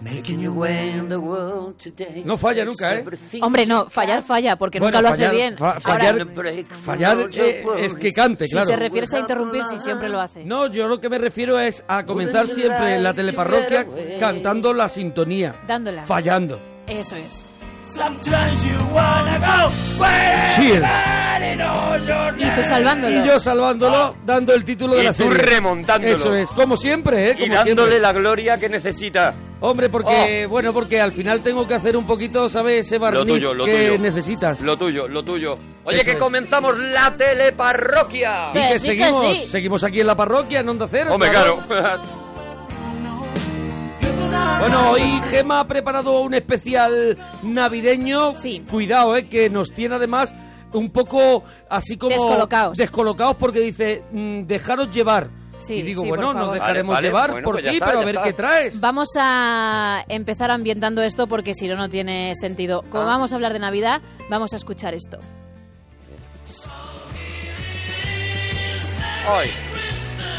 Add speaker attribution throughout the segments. Speaker 1: Making your way in the world today.
Speaker 2: No falla nunca, ¿eh?
Speaker 3: Hombre, no, fallar falla, porque
Speaker 2: Bueno,
Speaker 3: nunca lo
Speaker 2: fallar-
Speaker 3: hace bien.
Speaker 2: fa-
Speaker 3: Ahora,
Speaker 2: fallar fallar eh, es que cante,
Speaker 3: si
Speaker 2: claro.
Speaker 3: se refiere a interrumpir, si siempre lo hace.
Speaker 2: No, yo lo que me refiero es a comenzar siempre en la teleparroquia cantando la sintonía,
Speaker 3: Dándola.
Speaker 2: fallando.
Speaker 3: Eso es.
Speaker 1: Sometimes you wanna go
Speaker 4: Eh.
Speaker 1: where
Speaker 2: Cheers.
Speaker 1: everybody knows your
Speaker 3: Y tú salvándolo.
Speaker 2: Y yo salvándolo, dando el título de
Speaker 4: Ah. Y
Speaker 2: la
Speaker 4: tú
Speaker 2: serie.
Speaker 4: remontándolo.
Speaker 2: Eso es, como siempre, ¿eh?
Speaker 4: Y
Speaker 2: Como
Speaker 4: dándole
Speaker 2: siempre.
Speaker 4: la gloria que necesita.
Speaker 2: Hombre, porque, bueno, porque al final tengo que hacer un poquito, ¿sabes? Ese barniz
Speaker 4: Lo tuyo, lo
Speaker 2: que
Speaker 4: tuyo.
Speaker 2: necesitas.
Speaker 4: Lo tuyo, lo tuyo. Oye,
Speaker 2: Eso
Speaker 4: que
Speaker 2: es.
Speaker 4: comenzamos la teleparroquia.
Speaker 2: Y
Speaker 3: Que
Speaker 2: que
Speaker 3: sí, que
Speaker 2: seguimos,
Speaker 3: sí.
Speaker 2: seguimos aquí en la parroquia, en Onda Cero.
Speaker 4: Hombre, claro.
Speaker 2: Bueno, hoy Gema ha preparado un especial navideño.
Speaker 3: Sí.
Speaker 2: Cuidado, eh, que nos tiene además un poco así como
Speaker 3: Descolocados.
Speaker 2: descolocados porque dice mm, dejaros llevar.
Speaker 3: Sí,
Speaker 2: y digo,
Speaker 3: sí, por
Speaker 2: bueno, nos
Speaker 3: favor.
Speaker 2: dejaremos
Speaker 4: Vale, vale,
Speaker 2: llevar
Speaker 4: bueno,
Speaker 2: por
Speaker 4: pues ya
Speaker 2: ti,
Speaker 4: está,
Speaker 2: pero a
Speaker 4: ya
Speaker 2: ver
Speaker 4: está.
Speaker 2: qué traes.
Speaker 3: Vamos a empezar ambientando esto porque si no, no tiene sentido. Como
Speaker 4: Ah.
Speaker 3: vamos a hablar de Navidad, vamos a escuchar esto.
Speaker 4: Ay.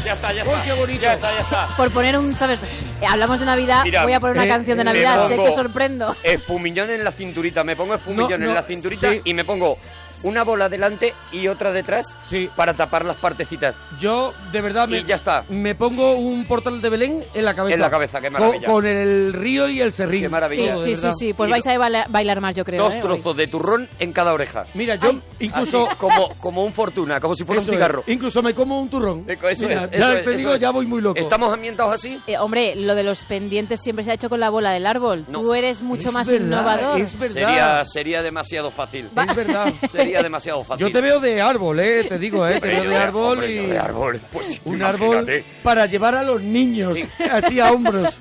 Speaker 4: Ya está, ya
Speaker 2: Uy,
Speaker 4: está.
Speaker 2: qué bonito.
Speaker 4: Ya está, ya está.
Speaker 3: Por poner un, ¿sabes? Eh, Hablamos de Navidad,
Speaker 4: Mira,
Speaker 3: voy a poner una
Speaker 2: eh,
Speaker 3: canción de
Speaker 2: me
Speaker 3: Navidad, sé
Speaker 4: pongo-
Speaker 3: que sorprendo.
Speaker 4: Espumillón en la cinturita. Me pongo espumillón
Speaker 2: No, no,
Speaker 4: en la cinturita
Speaker 2: sí.
Speaker 4: y me pongo una bola delante y otra detrás
Speaker 2: Sí.
Speaker 4: para tapar las partecitas.
Speaker 2: Yo, de verdad,
Speaker 4: Y
Speaker 2: me,
Speaker 4: ya está.
Speaker 2: me pongo un portal de Belén en la cabeza.
Speaker 4: En la cabeza, qué
Speaker 2: Con-
Speaker 4: maravilla.
Speaker 2: Con, el río y el serrín.
Speaker 4: Qué
Speaker 3: Sí,
Speaker 4: maravilla.
Speaker 2: Todo, de
Speaker 3: sí, sí,
Speaker 2: verdad.
Speaker 3: sí, pues
Speaker 4: Mira,
Speaker 3: vais a baila- bailar más, yo creo.
Speaker 4: Dos
Speaker 3: ¿eh? hoy.
Speaker 4: trozos de turrón en cada oreja.
Speaker 2: Mira, yo incluso...
Speaker 4: Así, como, como un fortuna, como si fuera
Speaker 2: eso
Speaker 4: un
Speaker 2: es,
Speaker 4: cigarro.
Speaker 2: incluso me como un turrón.
Speaker 4: Eso es,
Speaker 2: Mira,
Speaker 4: eso
Speaker 2: ya
Speaker 4: es,
Speaker 2: te
Speaker 4: eso
Speaker 2: digo,
Speaker 4: es.
Speaker 2: ya voy muy loco.
Speaker 4: ¿Estamos ambientados así?
Speaker 3: Eh, hombre, lo de los pendientes siempre se ha hecho con la bola del árbol.
Speaker 4: No.
Speaker 3: Tú eres mucho
Speaker 2: Es
Speaker 3: más
Speaker 2: verdad,
Speaker 3: innovador.
Speaker 2: es verdad.
Speaker 4: Sería, sería demasiado fácil.
Speaker 2: Es verdad.
Speaker 4: Sería demasiado fácil.
Speaker 2: Yo te veo de árbol, eh, te digo, eh, te
Speaker 4: Hombre,
Speaker 2: veo
Speaker 4: yo
Speaker 2: de árbol
Speaker 4: hombre,
Speaker 2: y
Speaker 4: yo de árbol, pues,
Speaker 2: un
Speaker 4: imagínate.
Speaker 2: árbol para llevar a los niños así a hombros.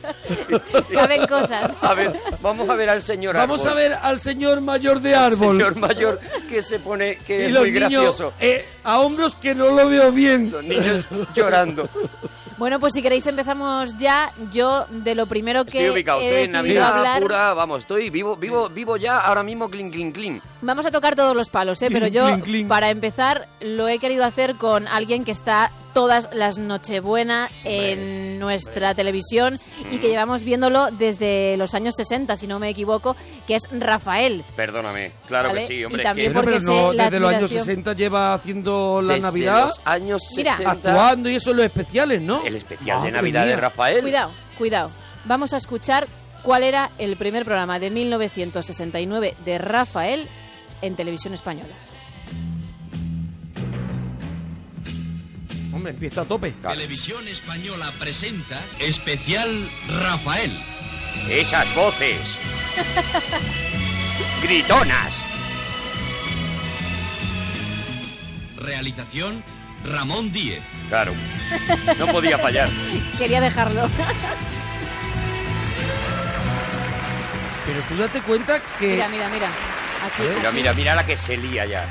Speaker 3: Saben cosas.
Speaker 4: A ver, vamos a ver al señor
Speaker 2: Vamos
Speaker 4: árbol.
Speaker 2: a ver al señor mayor de
Speaker 4: al
Speaker 2: árbol
Speaker 4: señor mayor que se pone que
Speaker 2: y
Speaker 4: es
Speaker 2: los
Speaker 4: muy
Speaker 2: niños
Speaker 4: gracioso.
Speaker 2: eh, a hombros que no lo veo bien.
Speaker 4: Los niños llorando.
Speaker 3: Bueno, pues si queréis empezamos ya. Yo de lo primero que
Speaker 4: Estoy ubicado,
Speaker 3: he
Speaker 4: estoy en
Speaker 3: decidido
Speaker 4: Navidad
Speaker 3: hablar...
Speaker 4: pura, vamos, estoy vivo, vivo, vivo ya ahora mismo clean clean clean.
Speaker 3: Vamos a tocar todos los palos, ¿eh? pero yo,
Speaker 2: Clink, clink.
Speaker 3: para empezar, lo he querido hacer con alguien que está todas las Nochebuena en nuestra televisión y
Speaker 4: Mm.
Speaker 3: que llevamos viéndolo desde los años 60, si no me equivoco, que es Rafael.
Speaker 4: Perdóname, claro
Speaker 3: Vale,
Speaker 4: que sí,
Speaker 3: y
Speaker 4: hombre.
Speaker 3: también
Speaker 4: que
Speaker 3: por- porque
Speaker 2: pero no,
Speaker 3: sé la
Speaker 2: desde los años
Speaker 3: admiración.
Speaker 2: 60 lleva haciendo la
Speaker 4: desde
Speaker 2: Navidad,
Speaker 4: los años
Speaker 3: Mira.
Speaker 4: 60,
Speaker 2: actuando y eso en los especiales, ¿no?
Speaker 4: el especial
Speaker 2: Madre
Speaker 4: de Navidad
Speaker 2: mía.
Speaker 4: de Rafael.
Speaker 3: Cuidado, cuidado. Vamos a escuchar cuál era el primer programa de 1969 de Rafael en televisión española.
Speaker 2: Hombre, empieza a tope.
Speaker 5: Televisión Española presenta especial Rafael.
Speaker 4: Esas voces. Gritonas.
Speaker 5: Realización Ramón Díez.
Speaker 4: Claro. No podía fallar.
Speaker 3: Quería dejarlo.
Speaker 2: Pero tú date cuenta que
Speaker 3: mira, mira, mira. Aquí,
Speaker 2: Eh,
Speaker 4: Eh, Mira,
Speaker 3: aquí.
Speaker 4: mira, mira la que se lía ya.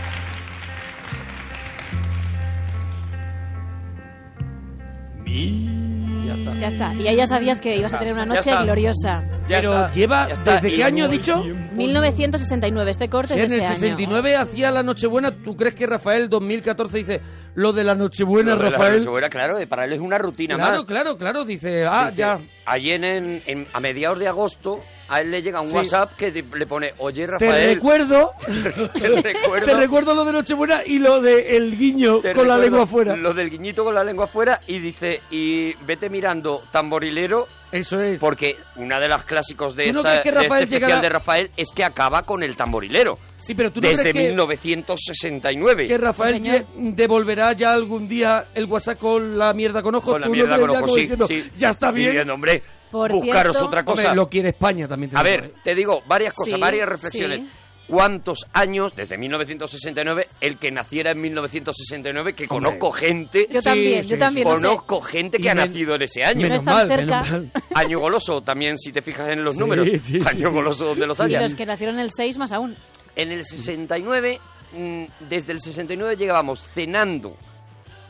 Speaker 2: ya está.
Speaker 3: Ya está. Y ahí ya sabías que ibas a tener una
Speaker 4: Ya
Speaker 3: noche
Speaker 4: está.
Speaker 3: gloriosa.
Speaker 4: Ya
Speaker 2: Pero
Speaker 4: está,
Speaker 2: lleva
Speaker 4: ya está.
Speaker 2: desde
Speaker 4: Y-
Speaker 2: qué año ha dicho?
Speaker 3: 1969, este corte
Speaker 2: Si
Speaker 3: es
Speaker 2: en
Speaker 3: de
Speaker 2: el
Speaker 3: ese año.
Speaker 2: 69 hacía la Nochebuena, ¿tú crees que Rafael 2014 dice lo de la Nochebuena,
Speaker 4: Lo de la
Speaker 2: Rafael?
Speaker 4: Nochebuena, claro, eh, para él es una rutina
Speaker 2: Claro,
Speaker 4: más.
Speaker 2: claro, claro, dice, ah,
Speaker 4: Dice,
Speaker 2: ya,
Speaker 4: Ayer en, en- a mediados de agosto a él le llega un
Speaker 2: Sí.
Speaker 4: WhatsApp que te- le pone, oye
Speaker 2: te
Speaker 4: Rafael,
Speaker 2: recuerdo,
Speaker 4: te recuerdo,
Speaker 2: te recuerdo lo de Nochebuena y lo de el guiño
Speaker 4: te
Speaker 2: con la
Speaker 4: recuerdo
Speaker 2: lengua afuera.
Speaker 4: Lo del guiñito con la lengua afuera y dice, y vete mirando tamborilero
Speaker 2: Eso es.
Speaker 4: porque una de las clásicos de,
Speaker 2: ¿Tú no
Speaker 4: esta-
Speaker 2: crees que
Speaker 4: de este
Speaker 2: Rafael
Speaker 4: especial
Speaker 2: llegara-
Speaker 4: de Rafael es que acaba con el tamborilero
Speaker 2: Sí, pero tú no
Speaker 4: desde
Speaker 2: crees que,
Speaker 4: 1969.
Speaker 2: que Rafael
Speaker 3: Sí, señor.
Speaker 2: lle- devolverá ya algún día el WhatsApp con la mierda con ojos.
Speaker 4: con la
Speaker 2: ¿Tú no
Speaker 4: mierda
Speaker 2: crees
Speaker 4: con
Speaker 2: ya
Speaker 4: ojos,
Speaker 2: como
Speaker 4: sí,
Speaker 2: diciendo,
Speaker 4: sí.
Speaker 2: Ya está bien.
Speaker 4: Diciendo, hombre,
Speaker 3: Por
Speaker 4: buscaros
Speaker 3: cierto-
Speaker 4: otra cosa.
Speaker 2: Hombre, lo quiere España también. te
Speaker 4: A
Speaker 2: digo,
Speaker 4: ver,
Speaker 2: ¿eh?
Speaker 4: te digo varias cosas,
Speaker 3: Sí,
Speaker 4: varias reflexiones.
Speaker 3: sí.
Speaker 4: ¿Cuántos años, desde 1969, el que naciera en 1969, que
Speaker 2: Hombre.
Speaker 4: conozco gente,
Speaker 3: Yo
Speaker 2: Sí,
Speaker 3: también,
Speaker 2: sí,
Speaker 3: yo también lo sé.
Speaker 4: conozco gente que
Speaker 2: Y
Speaker 4: ha
Speaker 2: men-
Speaker 4: nacido en ese año?
Speaker 2: Menos
Speaker 3: están
Speaker 2: mal,
Speaker 3: cerca.
Speaker 2: menos mal.
Speaker 4: Año goloso también, si te fijas en los
Speaker 2: Sí,
Speaker 4: números.
Speaker 2: sí, sí,
Speaker 4: año
Speaker 2: sí.
Speaker 4: goloso donde los
Speaker 3: Y
Speaker 4: hayas.
Speaker 3: los que nacieron el 6 más aún.
Speaker 4: En el 69, mm, desde el 69 llegábamos cenando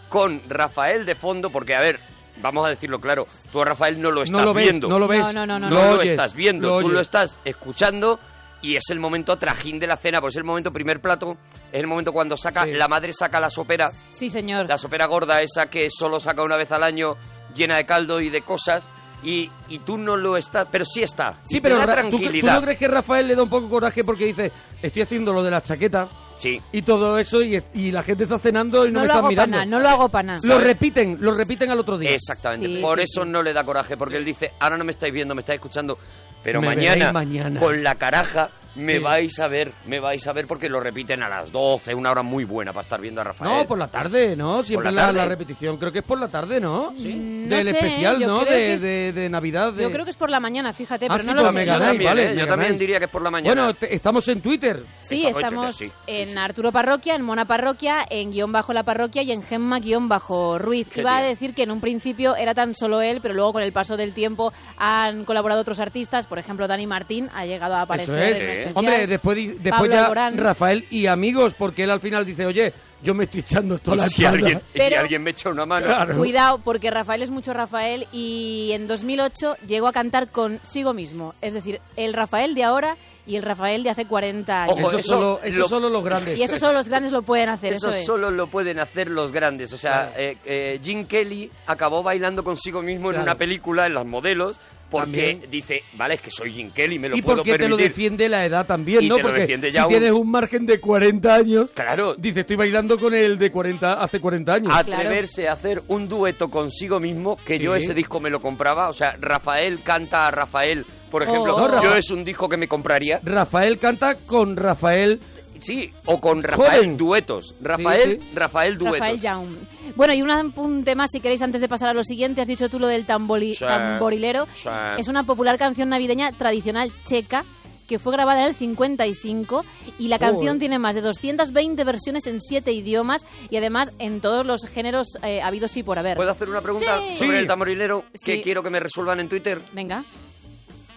Speaker 4: con Rafael de fondo, porque, a ver, vamos a decirlo claro, tú a Rafael no lo Pues estás
Speaker 2: No lo ves,
Speaker 4: viendo.
Speaker 2: no lo ves.
Speaker 3: No, no, no,
Speaker 4: no
Speaker 3: no, Lo
Speaker 4: lo,
Speaker 2: oyes,
Speaker 4: estás viendo, tú lo
Speaker 2: oyes.
Speaker 4: estás escuchando y es el momento trajín de la cena, pues es el momento primer plato, es el momento cuando saca,
Speaker 2: Sí.
Speaker 4: la madre saca la sopera,
Speaker 3: Sí, señor.
Speaker 4: la sopera gorda esa que solo saca una vez al año, llena de caldo y de cosas, y, y tú no lo estás, pero sí está.
Speaker 2: Sí,
Speaker 4: y
Speaker 2: pero
Speaker 4: te da
Speaker 2: Ra- ¿tú, ¿tú
Speaker 4: tranquilidad.
Speaker 2: no crees que Rafael le da un poco coraje porque dice, estoy haciendo lo de la chaqueta
Speaker 4: Sí.
Speaker 2: y todo eso y, y la gente está cenando y no,
Speaker 3: No
Speaker 2: me
Speaker 3: lo
Speaker 2: están
Speaker 3: hago para
Speaker 2: mirando?
Speaker 3: nada, no lo hago para nada.
Speaker 2: Lo repiten, lo repiten al otro día.
Speaker 4: Exactamente.
Speaker 3: Sí,
Speaker 4: Por
Speaker 3: sí,
Speaker 4: eso
Speaker 3: sí.
Speaker 4: no le da coraje, porque él dice, ahora no me estáis viendo, me estáis escuchando, pero
Speaker 2: Me
Speaker 4: mañana,
Speaker 2: veréis mañana".
Speaker 4: con la caraja me
Speaker 2: Sí.
Speaker 4: vais a ver, me vais a ver porque lo repiten a las 12, una hora muy buena para estar viendo a Rafael.
Speaker 2: No, por la tarde, ¿no? Siempre
Speaker 4: la
Speaker 2: la,
Speaker 4: tarde.
Speaker 2: la repetición, creo que es por la tarde, ¿no?
Speaker 3: Mm, no
Speaker 2: Del
Speaker 3: sé,
Speaker 2: especial,
Speaker 3: yo
Speaker 2: ¿no?
Speaker 3: creo que
Speaker 2: De,
Speaker 3: es-
Speaker 2: de- de Navidad. de-
Speaker 3: Yo creo que es por la mañana, fíjate,
Speaker 2: Ah,
Speaker 3: pero
Speaker 2: sí,
Speaker 3: no
Speaker 2: pues
Speaker 3: lo
Speaker 4: pero
Speaker 3: sé.
Speaker 2: me
Speaker 4: Yo
Speaker 3: no lo
Speaker 2: ganáis,
Speaker 3: sé.
Speaker 4: también,
Speaker 2: vale.
Speaker 4: ¿eh?
Speaker 2: me
Speaker 4: Yo también
Speaker 2: ganáis.
Speaker 4: diría que es por la mañana.
Speaker 2: Bueno, te- estamos en Twitter.
Speaker 3: Sí,
Speaker 4: Estamos en
Speaker 3: estamos
Speaker 4: Twitter, sí, sí,
Speaker 3: en
Speaker 4: sí.
Speaker 3: Arturo Parroquia, en Mona Parroquia, en guión bajo la parroquia y en Gemma guión bajo Ruiz.
Speaker 4: Qué
Speaker 3: Iba a
Speaker 4: bien.
Speaker 3: decir que en un principio era tan solo él, pero luego con el paso del tiempo han colaborado otros artistas. Por ejemplo, Dani Martín ha llegado a
Speaker 2: Eso
Speaker 3: aparecer
Speaker 2: es.
Speaker 3: en especial.
Speaker 2: Hombre, después, di- después
Speaker 3: Pablo
Speaker 2: ya
Speaker 3: Alborán.
Speaker 2: Rafael y amigos, porque él al final dice, oye, yo me estoy echando esto a
Speaker 4: Y
Speaker 2: la
Speaker 4: Pues si,
Speaker 2: espalda.
Speaker 4: alguien, y si
Speaker 3: Pero-
Speaker 4: alguien me echa una mano.
Speaker 2: Claro.
Speaker 3: Cuidado, porque Rafael es mucho Rafael y en 2008 llegó a cantar consigo mismo. Es decir, el Rafael de ahora y el Rafael de hace 40 años.
Speaker 4: Ojo,
Speaker 2: Eso,
Speaker 4: eso
Speaker 2: solo, eso
Speaker 4: lo-
Speaker 2: solo los grandes.
Speaker 3: y eso solo los grandes lo pueden hacer. Eso,
Speaker 4: Eso,
Speaker 3: es.
Speaker 4: solo lo pueden hacer los grandes. O sea,
Speaker 2: Claro.
Speaker 4: eh, eh, Jim Kelly acabó bailando consigo mismo en
Speaker 2: Claro.
Speaker 4: una película, en Las Modelos, porque
Speaker 2: También.
Speaker 4: dice, vale, es que soy Jim Kelly, me lo
Speaker 2: y
Speaker 4: puedo
Speaker 2: porque te lo
Speaker 4: permitir.
Speaker 2: defiende la edad también,
Speaker 4: Y
Speaker 2: ¿no?
Speaker 4: te lo
Speaker 2: Porque
Speaker 4: defiende ya
Speaker 2: si
Speaker 4: un-
Speaker 2: tienes un margen de 40 años,
Speaker 4: Claro. Ah.
Speaker 2: dice, estoy bailando con el de 40 hace 40 años.
Speaker 3: claro.
Speaker 4: Atreverse a hacer un dueto consigo mismo, que
Speaker 2: Sí.
Speaker 4: yo ese disco me lo compraba. O sea, Rafael canta a Rafael, por ejemplo.
Speaker 3: Oh. No,
Speaker 4: Yo
Speaker 2: Rafa-
Speaker 4: es un disco que me compraría.
Speaker 2: Rafael canta con Rafael
Speaker 4: Sí, o con Rafael
Speaker 2: Joven.
Speaker 4: duetos. Rafael,
Speaker 2: sí.
Speaker 4: Rafael duetos.
Speaker 3: Rafael Jaun. Bueno, y un apunte más, si queréis, antes de pasar a lo siguiente. Has dicho tú lo del tamboli-
Speaker 4: Sí.
Speaker 3: tamborilero.
Speaker 4: Sí.
Speaker 3: Es una popular canción navideña tradicional checa que fue grabada en el 55 y la canción
Speaker 2: Joder.
Speaker 3: tiene más de 220 versiones en siete idiomas y además en todos los géneros eh, habidos y por haber.
Speaker 4: ¿Puedo hacer una pregunta
Speaker 3: Sí.
Speaker 4: sobre
Speaker 2: Sí.
Speaker 4: el tamborilero que
Speaker 3: Sí.
Speaker 4: quiero que me resuelvan en Twitter?
Speaker 3: Venga.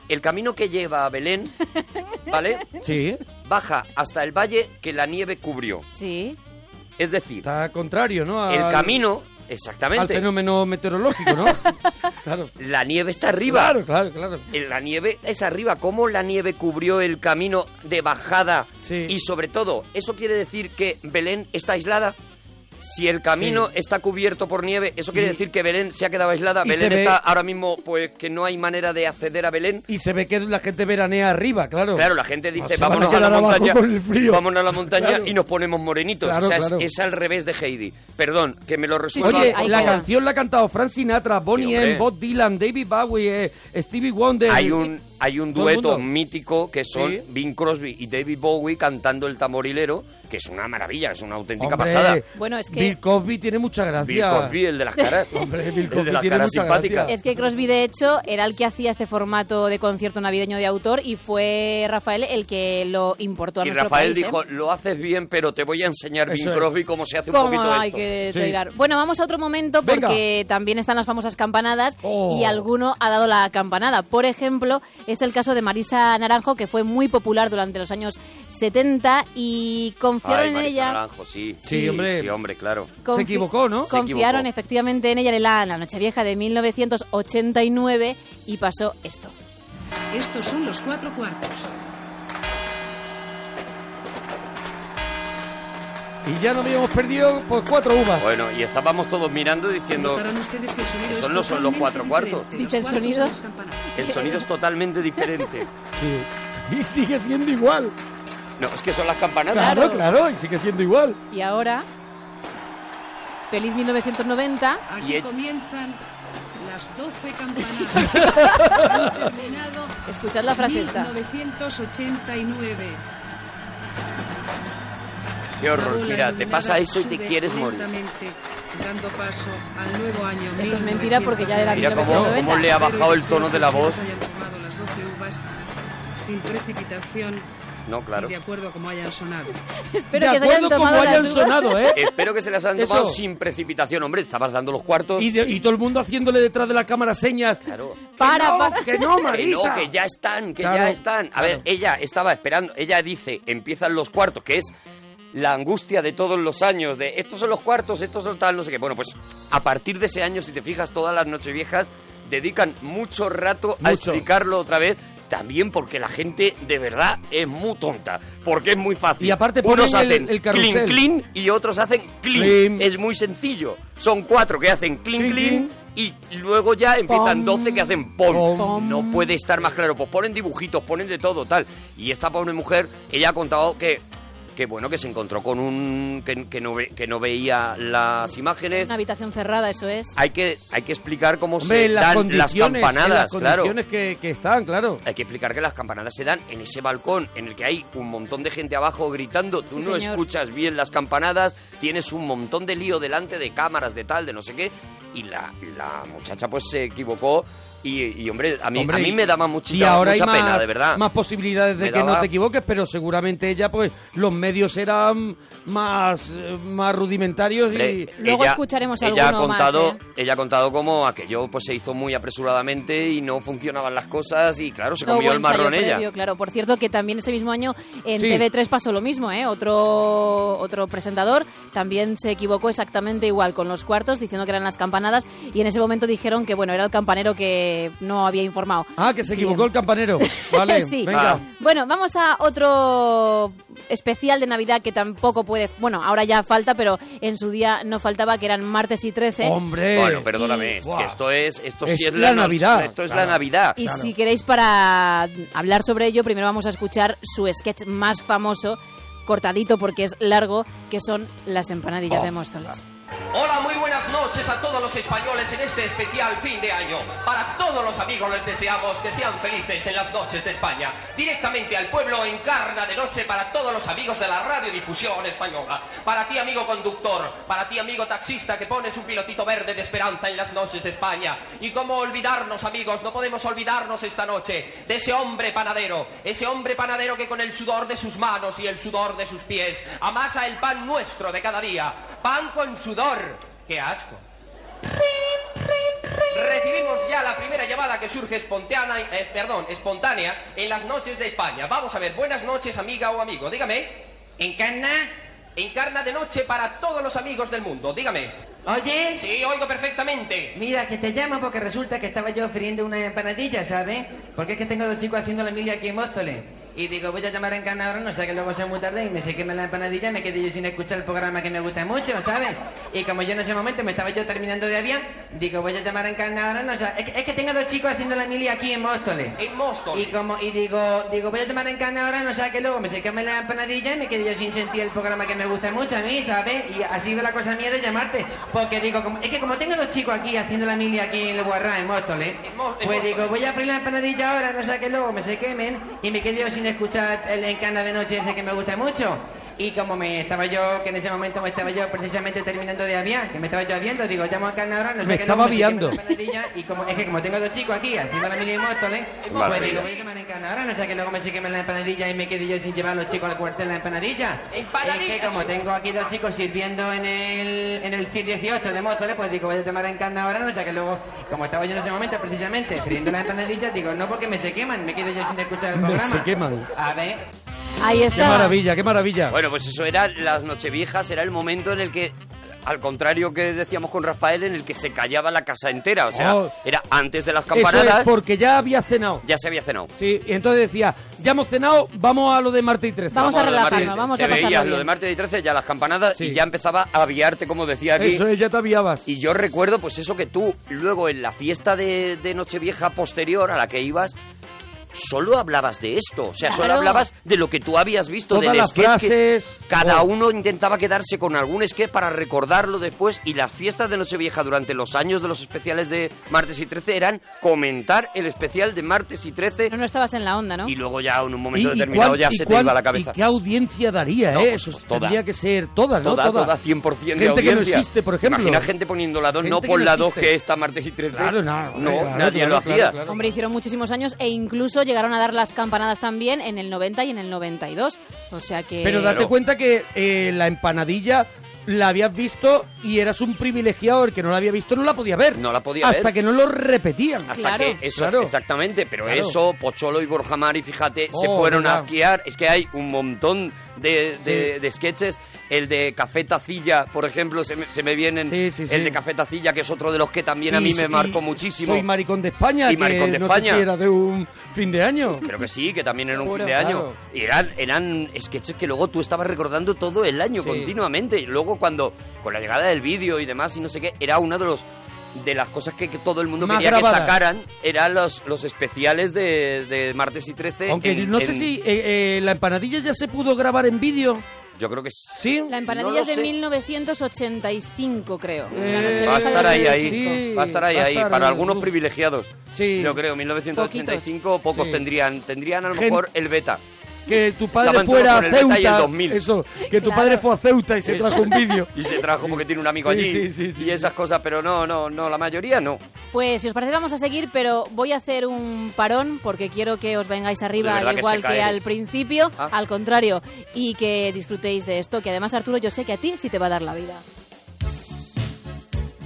Speaker 4: El camino que lleva a Belén, ¿vale?
Speaker 2: Sí,
Speaker 4: Baja hasta el valle que la nieve cubrió.
Speaker 3: Sí.
Speaker 4: Es decir,
Speaker 2: está contrario, ¿no? Al,
Speaker 4: el camino,
Speaker 2: al
Speaker 4: exactamente.
Speaker 2: fenómeno meteorológico, ¿no? claro.
Speaker 4: La nieve está arriba.
Speaker 2: Claro, claro, claro.
Speaker 4: Eh, La nieve es arriba. ¿Cómo la nieve cubrió el camino de bajada?
Speaker 2: Sí.
Speaker 4: Y sobre todo, ¿eso quiere decir que Belén está aislada? Si el camino
Speaker 2: Sí.
Speaker 4: está cubierto por nieve, ¿eso quiere
Speaker 2: Y-
Speaker 4: decir que Belén se ha quedado aislada?
Speaker 2: y se
Speaker 4: Belén
Speaker 2: ve-
Speaker 4: está ahora mismo, pues, que no hay manera de acceder a Belén.
Speaker 2: Y se ve que la gente veranea arriba, claro.
Speaker 4: Claro, la gente
Speaker 2: No,
Speaker 4: dice,
Speaker 2: se van a
Speaker 4: vámonos a, la
Speaker 2: quedar abajo
Speaker 4: montaña,
Speaker 2: con el frío".
Speaker 4: vámonos a la montaña
Speaker 2: Claro.
Speaker 4: y nos ponemos morenitos.
Speaker 2: Claro,
Speaker 4: o sea, es-
Speaker 2: claro.
Speaker 4: es, al revés de Heidi. Perdón, que me lo
Speaker 3: sí,
Speaker 4: resuelva.
Speaker 2: Oye,
Speaker 4: por
Speaker 3: ahí
Speaker 2: la
Speaker 3: queda.
Speaker 4: favor.
Speaker 2: canción la ha cantado Frank Sinatra,
Speaker 4: Sí,
Speaker 2: Bonnie
Speaker 4: hombre.
Speaker 2: M, Bob Dylan, David Bowie, eh, Stevie Wonder.
Speaker 4: Hay un, hay un
Speaker 2: Todo el
Speaker 4: dueto
Speaker 2: mundo.
Speaker 4: mítico que son
Speaker 2: Sí.
Speaker 4: Bing Crosby y David Bowie cantando el tamborilero, que es una maravilla, es una auténtica
Speaker 2: Hombre,
Speaker 4: pasada.
Speaker 3: Bueno, es que-
Speaker 2: Bill Cosby tiene mucha
Speaker 4: Bill
Speaker 2: gracia.
Speaker 4: Crosby, el de las caras.
Speaker 2: Hombre, Bill
Speaker 4: El de
Speaker 2: Cosby
Speaker 4: las
Speaker 2: tiene
Speaker 4: caras
Speaker 2: mucha
Speaker 4: simpáticas.
Speaker 2: gracia.
Speaker 3: Es que Crosby, de hecho, era el que hacía este formato de concierto navideño de autor y fue Rafael el que lo importó a
Speaker 4: Y
Speaker 3: nuestro
Speaker 4: Rafael
Speaker 3: país, ¿eh?
Speaker 4: dijo, lo haces bien, pero te voy a enseñar, Bing
Speaker 2: Eso es.
Speaker 4: Crosby, cómo se hace un
Speaker 3: ¿Cómo
Speaker 4: poquito
Speaker 3: hay
Speaker 4: esto.
Speaker 3: que
Speaker 2: Sí.
Speaker 3: tolerar? Bueno, vamos a otro momento
Speaker 2: Venga.
Speaker 3: porque también están las famosas campanadas
Speaker 2: Oh.
Speaker 3: y alguno ha dado la campanada. Por ejemplo, es el caso de Marisa Naranjo, que fue muy popular durante los años 70 y confiaron
Speaker 4: Ay,
Speaker 3: en
Speaker 4: Marisa
Speaker 3: ella.
Speaker 4: Naranjo, sí.
Speaker 2: Sí, hombre.
Speaker 4: Sí, hombre, claro.
Speaker 2: Se
Speaker 3: Confi-
Speaker 2: equivocó, ¿no?
Speaker 4: Se
Speaker 3: Confiaron
Speaker 4: equivocó.
Speaker 3: efectivamente en ella en la, en la Nochevieja de 1989 y pasó esto.
Speaker 6: Estos son los cuatro cuartos.
Speaker 2: Y ya nos habíamos perdido por cuatro uvas.
Speaker 4: Bueno, y estábamos todos mirando diciendo,
Speaker 6: Notarán ustedes que el sonido
Speaker 4: Esos
Speaker 6: es
Speaker 4: no son los
Speaker 6: totalmente
Speaker 4: cuatro cuartos.
Speaker 6: diferente.
Speaker 3: Dice
Speaker 6: Los
Speaker 3: el
Speaker 6: cuartos
Speaker 3: sonido.
Speaker 6: son las campanadas.
Speaker 4: el sonido es totalmente diferente.
Speaker 2: Sí. Y sigue siendo igual.
Speaker 4: No, es que son las campanadas.
Speaker 2: Claro,
Speaker 3: Claro.
Speaker 2: claro, y sigue siendo igual.
Speaker 3: Y ahora, feliz 1990.
Speaker 6: Aquí
Speaker 4: Y el-
Speaker 6: comienzan las 12 campanadas. Han terminado
Speaker 3: Escuchad la frase esta.
Speaker 6: 1989.
Speaker 4: Qué
Speaker 6: La
Speaker 4: horror,
Speaker 6: bola
Speaker 4: mira, te
Speaker 6: iluminada
Speaker 4: pasa eso y te
Speaker 6: sube
Speaker 4: quieres morir.
Speaker 6: lentamente, Dando paso al nuevo año.
Speaker 3: Esto es mentira porque ya era
Speaker 4: Mira cómo,
Speaker 3: 1990.
Speaker 4: cómo le ha bajado el tono de la voz.
Speaker 6: Hayan tomado las 12 uvas sin precipitación
Speaker 4: No, claro.
Speaker 6: y de acuerdo a como hayan sonado.
Speaker 3: Espero
Speaker 2: de
Speaker 3: que se hayan
Speaker 2: acuerdo como
Speaker 3: tomado las
Speaker 2: hayan
Speaker 3: uvas.
Speaker 2: sonado, ¿eh?
Speaker 4: Espero que se las han tomado
Speaker 2: Eso.
Speaker 4: sin precipitación, hombre. Estabas dando los cuartos.
Speaker 2: Y, de- y todo el mundo haciéndole detrás de la cámara señas.
Speaker 4: Claro.
Speaker 3: Para,
Speaker 2: que no,
Speaker 3: para.
Speaker 2: que no,
Speaker 4: Que no,
Speaker 2: Marisa.
Speaker 4: que ya están, que
Speaker 2: Claro,
Speaker 4: ya están. A ver,
Speaker 2: claro.
Speaker 4: ella estaba esperando. Ella dice, empiezan los cuartos, que es la angustia de todos los años, de estos son los cuartos, estos son tal, no sé qué. Bueno, pues a partir de ese año, si te fijas, todas las nocheviejas dedican mucho rato a
Speaker 2: Mucho.
Speaker 4: explicarlo otra vez también porque la gente de verdad es muy tonta, porque es muy fácil.
Speaker 2: Y aparte ponen
Speaker 4: unos
Speaker 2: el-
Speaker 4: hacen
Speaker 2: el carrusel.
Speaker 4: clean clean y otros hacen clean.
Speaker 2: Clean.
Speaker 4: Es muy sencillo. Son cuatro que hacen clean
Speaker 2: Clean,
Speaker 4: clean, y luego ya empiezan
Speaker 3: Pom.
Speaker 4: 12 que hacen pom.
Speaker 2: Pom.
Speaker 4: No puede estar más claro. Pues ponen dibujitos, ponen de todo, tal. Y esta pobre mujer, ella ha contado que que bueno que se encontró con un que, que no ve- que no veía las imágenes
Speaker 3: Una habitación cerrada, eso es.
Speaker 4: hay que, hay que explicar cómo
Speaker 2: Hombre,
Speaker 4: se
Speaker 2: en las
Speaker 4: dan las
Speaker 2: condiciones,
Speaker 4: campanadas,
Speaker 2: en las
Speaker 4: claro.
Speaker 2: condiciones que, que están, claro.
Speaker 4: Hay que explicar que las campanadas se dan en ese balcón en el que hay un montón de gente abajo gritando, tú
Speaker 3: Sí,
Speaker 4: no
Speaker 3: señor.
Speaker 4: escuchas bien las campanadas, tienes un montón de lío delante de cámaras, de tal, de no sé qué, y la, la muchacha pues se equivocó y, y, hombre, a mí,
Speaker 2: Hombre,
Speaker 4: a mí me daba
Speaker 2: Y
Speaker 4: muchísima
Speaker 2: ahora hay
Speaker 4: mucha
Speaker 2: más,
Speaker 4: pena, de verdad.
Speaker 2: más posibilidades de
Speaker 4: Me
Speaker 2: que no
Speaker 4: daba-
Speaker 2: te equivoques, pero seguramente ella, pues, los medios eran más, eh, más rudimentarios y...
Speaker 4: Hombre,
Speaker 3: Luego escucharemos
Speaker 4: ella ha
Speaker 3: alguno más,
Speaker 4: contado,
Speaker 3: ¿eh?
Speaker 4: Ella ha contado cómo aquello pues, se hizo muy apresuradamente y no funcionaban las cosas y claro, se
Speaker 3: No
Speaker 4: comió
Speaker 3: hubo
Speaker 4: el
Speaker 3: ensayo
Speaker 4: marrón ella.
Speaker 3: previo, Claro, por cierto que también ese mismo año en
Speaker 2: Sí.
Speaker 3: TV3 pasó lo mismo, ¿eh? Otro, otro presentador también se equivocó exactamente igual con los cuartos, diciendo que eran las campanadas y en ese momento dijeron que bueno, era el campanero que no había informado.
Speaker 2: Ah, que se
Speaker 3: Bien.
Speaker 2: equivocó el campanero. Vale,
Speaker 3: Sí.
Speaker 2: venga.
Speaker 4: Ah.
Speaker 3: Bueno, vamos a otro especial de Navidad que tampoco puede, bueno, ahora ya falta, pero en su día no faltaba, que eran martes y 13.
Speaker 2: Hombre.
Speaker 4: Bueno, perdóname, es que
Speaker 2: Eh, Buah.
Speaker 4: esto es, esto
Speaker 2: Es
Speaker 4: sí es
Speaker 2: la
Speaker 4: no-
Speaker 2: Navidad.
Speaker 4: Esto es
Speaker 2: Claro.
Speaker 4: la Navidad.
Speaker 3: Y
Speaker 2: Claro.
Speaker 3: si queréis para hablar sobre ello, primero vamos a escuchar su sketch más famoso, cortadito porque es largo, que son las
Speaker 4: Oh,
Speaker 3: empanadillas de Móstoles.
Speaker 7: Hola, muy buenas noches a todos los españoles en este especial fin de año. Para todos los amigos les deseamos que sean felices en las noches de España. Directamente al pueblo encarna de noche para todos los amigos de la radiodifusión española. Para ti, amigo conductor, para ti, amigo taxista que pones un pilotito verde de esperanza en las noches de España. Y cómo olvidarnos, amigos, no podemos olvidarnos esta noche de ese hombre panadero, ese hombre panadero que con el sudor de sus manos y el sudor de sus pies amasa el pan nuestro de cada día. Pan con sudor. ¡Qué asco! Recibimos ya la primera llamada que surge espontánea, eh, perdón, espontánea en las noches de España. Vamos a ver, buenas noches, amiga o amigo. Dígame. ¿Encarna? Encarna de noche para todos los amigos del mundo. Dígame.
Speaker 8: Oye,
Speaker 7: Sí, oigo perfectamente.
Speaker 8: mira, que te llamo porque resulta que estaba yo ofreciendo una empanadilla, ¿sabes? Porque es que tengo dos chicos haciendo la mili aquí en Móstoles. Y digo, voy a llamar a Encarna ahora, no sea que luego sea muy tarde y me se queme la empanadilla y me quedé yo sin escuchar el programa que me gusta mucho, ¿sabes? Y como yo en ese momento me estaba yo terminando de avión, digo, voy a llamar a Encarna ahora, no sea... Es que, es que tengo dos chicos haciendo la mili aquí en Móstoles.
Speaker 7: En Móstoles.
Speaker 8: Y como y digo, digo, voy a llamar a Encarna ahora, no sea que luego me se queme la empanadilla y me quedé yo sin sentir el programa que me gusta mucho a mí, ¿sabes? Y ha sido la cosa mía de llamarte. Porque digo, como- es que como tengo dos chicos aquí haciendo la mili aquí en el Guarrá, en Móstoles,
Speaker 7: En Mó- en
Speaker 8: pues digo,
Speaker 7: Móstoles.
Speaker 8: voy a abrir la empanadilla ahora, no sea que luego me se quemen y me quedé yo sin escuchar el Encarna de noche ese que me gusta mucho. Y como me estaba yo, que en ese momento me estaba yo precisamente terminando de aviar, que me estaba yo aviando, digo, llamo a Encarna ahora, no sé
Speaker 2: Me
Speaker 8: qué
Speaker 2: estaba
Speaker 8: luego se queme la
Speaker 2: aviando.
Speaker 8: empanadilla y como, es que como tengo dos chicos aquí haciendo la mili en Móstoles, pues
Speaker 4: Maravilla.
Speaker 8: digo, voy a llamar a Encarna ahora, no sea que luego me se queme la empanadilla y me quedé yo sin llevar a los chicos al cuartel la empanadilla.
Speaker 7: Empanadillas.
Speaker 8: Es que como tengo aquí dos chicos sirviendo en el, en el CIR 18 de Móstoles, pues digo, voy a llamar a Encarna ahora, no sea que luego, como estaba yo en ese momento precisamente, friendo las empanadillas, digo, no porque me se queman, me quedo yo sin escuchar el
Speaker 2: Me
Speaker 8: programa.
Speaker 2: se queman.
Speaker 8: A ver,
Speaker 3: Ahí
Speaker 2: Qué
Speaker 3: está.
Speaker 2: maravilla, qué maravilla.
Speaker 4: Bueno, pues eso era las Nocheviejas, era el momento en el que, al contrario que decíamos con Rafael, en el que se callaba la casa entera. O sea,
Speaker 2: Oh.
Speaker 4: era antes de las
Speaker 2: Eso
Speaker 4: campanadas,
Speaker 2: es porque ya había cenado.
Speaker 4: ya se había cenado.
Speaker 2: Sí, y entonces decía, ya hemos cenado, vamos a lo de martes y 13.
Speaker 3: Vamos a
Speaker 4: lo de
Speaker 3: relajarnos,
Speaker 4: martes-
Speaker 3: vamos a
Speaker 4: te
Speaker 3: pasarlo
Speaker 4: veías
Speaker 3: bien.
Speaker 4: lo de martes y 13, ya las campanadas,
Speaker 2: Sí.
Speaker 4: y ya empezaba a aviarte, como decía aquí.
Speaker 2: Eso es, ya te aviabas.
Speaker 4: Y yo recuerdo, pues eso que tú, luego en la fiesta de, de Nochevieja posterior a la que ibas, solo hablabas de esto. O sea, solo
Speaker 3: Claro.
Speaker 4: hablabas de lo que tú habías visto,
Speaker 2: Todas
Speaker 4: del
Speaker 2: las
Speaker 4: sketch que
Speaker 2: frases.
Speaker 4: cada
Speaker 2: Oh.
Speaker 4: uno intentaba quedarse con algún sketch para recordarlo después. Y las fiestas de Nochevieja durante los años de los especiales de martes y 13 eran comentar el especial de martes y 13.
Speaker 3: No, no estabas en la onda, ¿no?
Speaker 4: Y luego ya en un momento
Speaker 2: Y- y
Speaker 4: determinado
Speaker 2: cuán-
Speaker 4: ya
Speaker 2: y
Speaker 4: se te
Speaker 2: cuán-
Speaker 4: iba la cabeza.
Speaker 2: ¿Y qué audiencia daría,
Speaker 4: No,
Speaker 2: eh?
Speaker 4: pues,
Speaker 2: Eso
Speaker 4: pues, toda.
Speaker 2: tendría que ser toda, ¿no?
Speaker 4: Toda, toda, 100% de
Speaker 2: Gente que no
Speaker 4: audiencia.
Speaker 2: existe, por ejemplo.
Speaker 4: Imagina gente poniendo la 2,
Speaker 2: Gente
Speaker 4: no
Speaker 2: que
Speaker 4: pon
Speaker 2: no
Speaker 4: la 2
Speaker 2: existe.
Speaker 4: que esta martes y 13.
Speaker 2: Claro, no, hombre, claro,
Speaker 4: nadie
Speaker 2: claro,
Speaker 4: lo
Speaker 2: claro,
Speaker 4: hacía.
Speaker 2: claro.
Speaker 3: Hombre, hicieron muchísimos años e incluso llegaron a dar las campanadas también en el 90 y en el 92. O sea que...
Speaker 2: Pero date
Speaker 4: Claro.
Speaker 2: cuenta que eh, la empanadilla la habías visto y eras un privilegiado. El que no la había visto no la podía ver.
Speaker 4: No la podía
Speaker 2: Hasta
Speaker 4: ver.
Speaker 2: que no lo repetían.
Speaker 4: Hasta
Speaker 3: Claro.
Speaker 4: que eso,
Speaker 2: Claro.
Speaker 4: exactamente, pero
Speaker 2: Claro.
Speaker 4: eso, Pocholo y Borja Mari, fíjate, se
Speaker 2: Oh,
Speaker 4: fueron a
Speaker 2: verdad.
Speaker 4: esquiar. Es que hay un montón de, de- de sketches. El de Café Tacilla, por ejemplo, se me, se me vienen.
Speaker 2: Sí, sí, sí.
Speaker 4: El de Café Tacilla, que es otro de los que también a
Speaker 2: Y
Speaker 4: mí
Speaker 2: so-
Speaker 4: me
Speaker 2: y
Speaker 4: marcó muchísimo.
Speaker 2: Soy maricón de España,
Speaker 4: Y
Speaker 2: que
Speaker 4: Maricón de
Speaker 2: no
Speaker 4: España.
Speaker 2: sé si era de un Fin de año.
Speaker 4: Creo que sí, que también era un
Speaker 2: Seguro,
Speaker 4: fin de año.
Speaker 2: claro.
Speaker 4: Y eran, eran sketches que luego tú estabas recordando todo el año
Speaker 2: Sí.
Speaker 4: continuamente. Y luego cuando, con la llegada del vídeo y demás y no sé qué, era una de los de las cosas que, que todo el mundo
Speaker 2: Más
Speaker 4: quería
Speaker 2: grabadas.
Speaker 4: que sacaran eran los, los especiales de, de martes y 13.
Speaker 2: Aunque
Speaker 4: en-
Speaker 2: no sé
Speaker 4: en-
Speaker 2: si eh, eh, la empanadilla ya se pudo grabar en vídeo.
Speaker 4: Yo creo que sí.
Speaker 2: ¿Sí?
Speaker 3: La em- empanadilla
Speaker 4: No lo
Speaker 3: es de
Speaker 4: sé.
Speaker 3: 1985, creo. La
Speaker 2: Eh,
Speaker 3: noche
Speaker 4: Va a
Speaker 3: vieja
Speaker 4: estar
Speaker 3: de
Speaker 4: ahí, ahí.
Speaker 3: 85.
Speaker 2: Sí,
Speaker 4: va a estar ahí,
Speaker 2: va a
Speaker 4: ahí.
Speaker 2: estar,
Speaker 4: para
Speaker 2: eh,
Speaker 4: algunos
Speaker 2: uf.
Speaker 4: privilegiados.
Speaker 2: Sí.
Speaker 4: Yo creo, 1985 pocos,
Speaker 2: Sí.
Speaker 4: tendrían. Tendrían a lo
Speaker 2: Gen-
Speaker 4: mejor el beta.
Speaker 2: Que tu padre
Speaker 4: Estaban todos
Speaker 2: fuera
Speaker 4: con
Speaker 2: a
Speaker 4: el detalle
Speaker 2: Ceuta.
Speaker 4: del 2000.
Speaker 2: Eso, que tu
Speaker 3: Claro.
Speaker 2: padre fue a Ceuta y se
Speaker 4: Eso.
Speaker 2: trajo un vídeo.
Speaker 4: Y se trajo porque tiene un amigo
Speaker 2: Sí,
Speaker 4: allí.
Speaker 2: sí, sí, sí,
Speaker 4: y esas cosas, pero no, no, no, la mayoría no.
Speaker 3: Pues si os parece vamos a seguir, pero voy a hacer un parón porque quiero que os vengáis
Speaker 4: De
Speaker 3: arriba
Speaker 4: verdad
Speaker 3: al
Speaker 4: que
Speaker 3: igual
Speaker 4: se
Speaker 3: que,
Speaker 4: cae.
Speaker 3: al principio,
Speaker 4: Ah.
Speaker 3: al contrario, y que disfrutéis de esto, que además Arturo yo sé que a ti sí te va a dar la vida.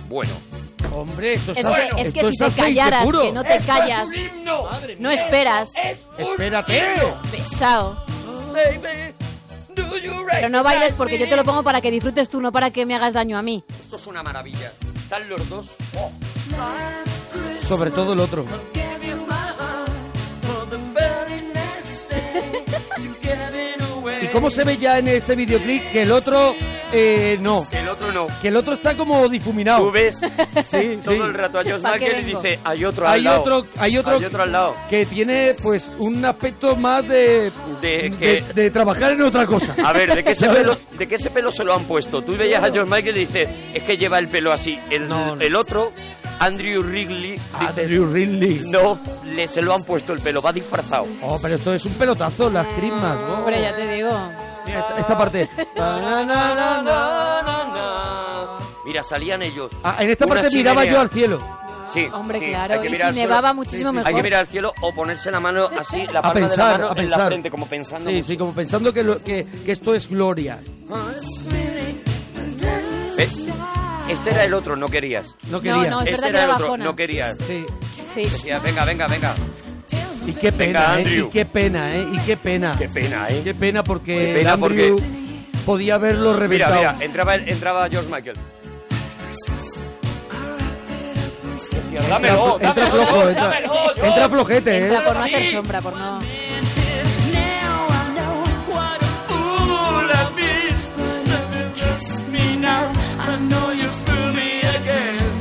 Speaker 4: Bueno,
Speaker 2: Hombre, esto es,
Speaker 3: Es
Speaker 2: bueno,
Speaker 3: que, es que
Speaker 2: esto
Speaker 3: si
Speaker 2: aceite
Speaker 3: te callaras,
Speaker 2: puro.
Speaker 3: que no te callas, no esperas,
Speaker 2: Espérate.
Speaker 3: pesado. Pero no bailes porque yo te lo pongo para que disfrutes tú, no para que me hagas daño a mí.
Speaker 4: esto es una maravilla. Están los dos.
Speaker 2: Sobre todo el otro. ¿Y cómo se ve ya en este videoclip que el otro eh, no?
Speaker 4: El otro no.
Speaker 2: Que el otro está como difuminado.
Speaker 4: Tú ves
Speaker 2: Sí,
Speaker 4: todo
Speaker 2: sí.
Speaker 4: el rato a John
Speaker 3: ¿Para qué
Speaker 4: Snyder y
Speaker 3: vengo?
Speaker 4: dice, hay otro al
Speaker 2: Hay
Speaker 4: lado.
Speaker 2: otro, hay otro,
Speaker 4: Hay otro al lado.
Speaker 2: que tiene pues un aspecto más de
Speaker 4: De que-
Speaker 2: de trabajar en otra cosa.
Speaker 4: A ver, ¿de qué, ese
Speaker 2: A ver.
Speaker 4: pelo, ¿de qué ese pelo se lo han puesto? Tú veías a George Michael y dices, es que lleva el pelo así. El,
Speaker 2: No, no.
Speaker 4: el otro, Andrew Wrigley, dices,
Speaker 2: Andrew Ah, Ridley.
Speaker 4: no, le, se lo han puesto el pelo, va disfrazado.
Speaker 2: Oh, pero esto es un pelotazo, las crismas. oh.
Speaker 3: Hombre, ya te digo.
Speaker 2: Mira, esta, esta parte. Ah,
Speaker 4: Mira, salían ellos.
Speaker 2: Ah, en esta
Speaker 4: Una
Speaker 2: parte miraba
Speaker 4: chimenea.
Speaker 2: yo al cielo.
Speaker 4: Sí,
Speaker 3: Hombre,
Speaker 4: sí, hay
Speaker 3: claro,
Speaker 4: que
Speaker 3: y
Speaker 4: mirar
Speaker 3: si
Speaker 4: al suelo.
Speaker 3: nevaba muchísimo
Speaker 2: Sí, sí, sí.
Speaker 3: mejor.
Speaker 4: Hay que mirar al cielo o ponerse la mano así, la
Speaker 2: A
Speaker 4: palma de
Speaker 2: pensar,
Speaker 4: la
Speaker 2: a
Speaker 4: mano en la
Speaker 2: pensar.
Speaker 4: frente, como pensando.
Speaker 2: Sí,
Speaker 4: mucho.
Speaker 2: sí, como pensando que, lo- que, que esto es gloria.
Speaker 4: ¿Ves? Este era el otro, no querías.
Speaker 2: No quería.
Speaker 3: no, es
Speaker 4: este era el
Speaker 3: verdad que era
Speaker 4: otro,
Speaker 3: bajona.
Speaker 4: no querías.
Speaker 2: Sí.
Speaker 3: Sí.
Speaker 4: Decías, venga, venga, venga.
Speaker 2: Y qué
Speaker 4: Venga,
Speaker 2: pena, ¿eh?
Speaker 4: Andrew.
Speaker 2: Y qué pena, ¿eh? Y qué pena.
Speaker 4: Qué pena, ¿eh?
Speaker 2: Qué pena porque
Speaker 4: Qué pena
Speaker 2: el Andrew podía haberlo
Speaker 4: Mira, eh,
Speaker 2: reventado.
Speaker 4: mira, entraba, el- entraba George Michael. Decía, dámelo,
Speaker 2: entra, entra
Speaker 4: dámelo,
Speaker 2: flojo, entra,
Speaker 4: dámelo, George".
Speaker 2: entra flojete, ¿eh?
Speaker 3: Entra por no hacer sombra, por no...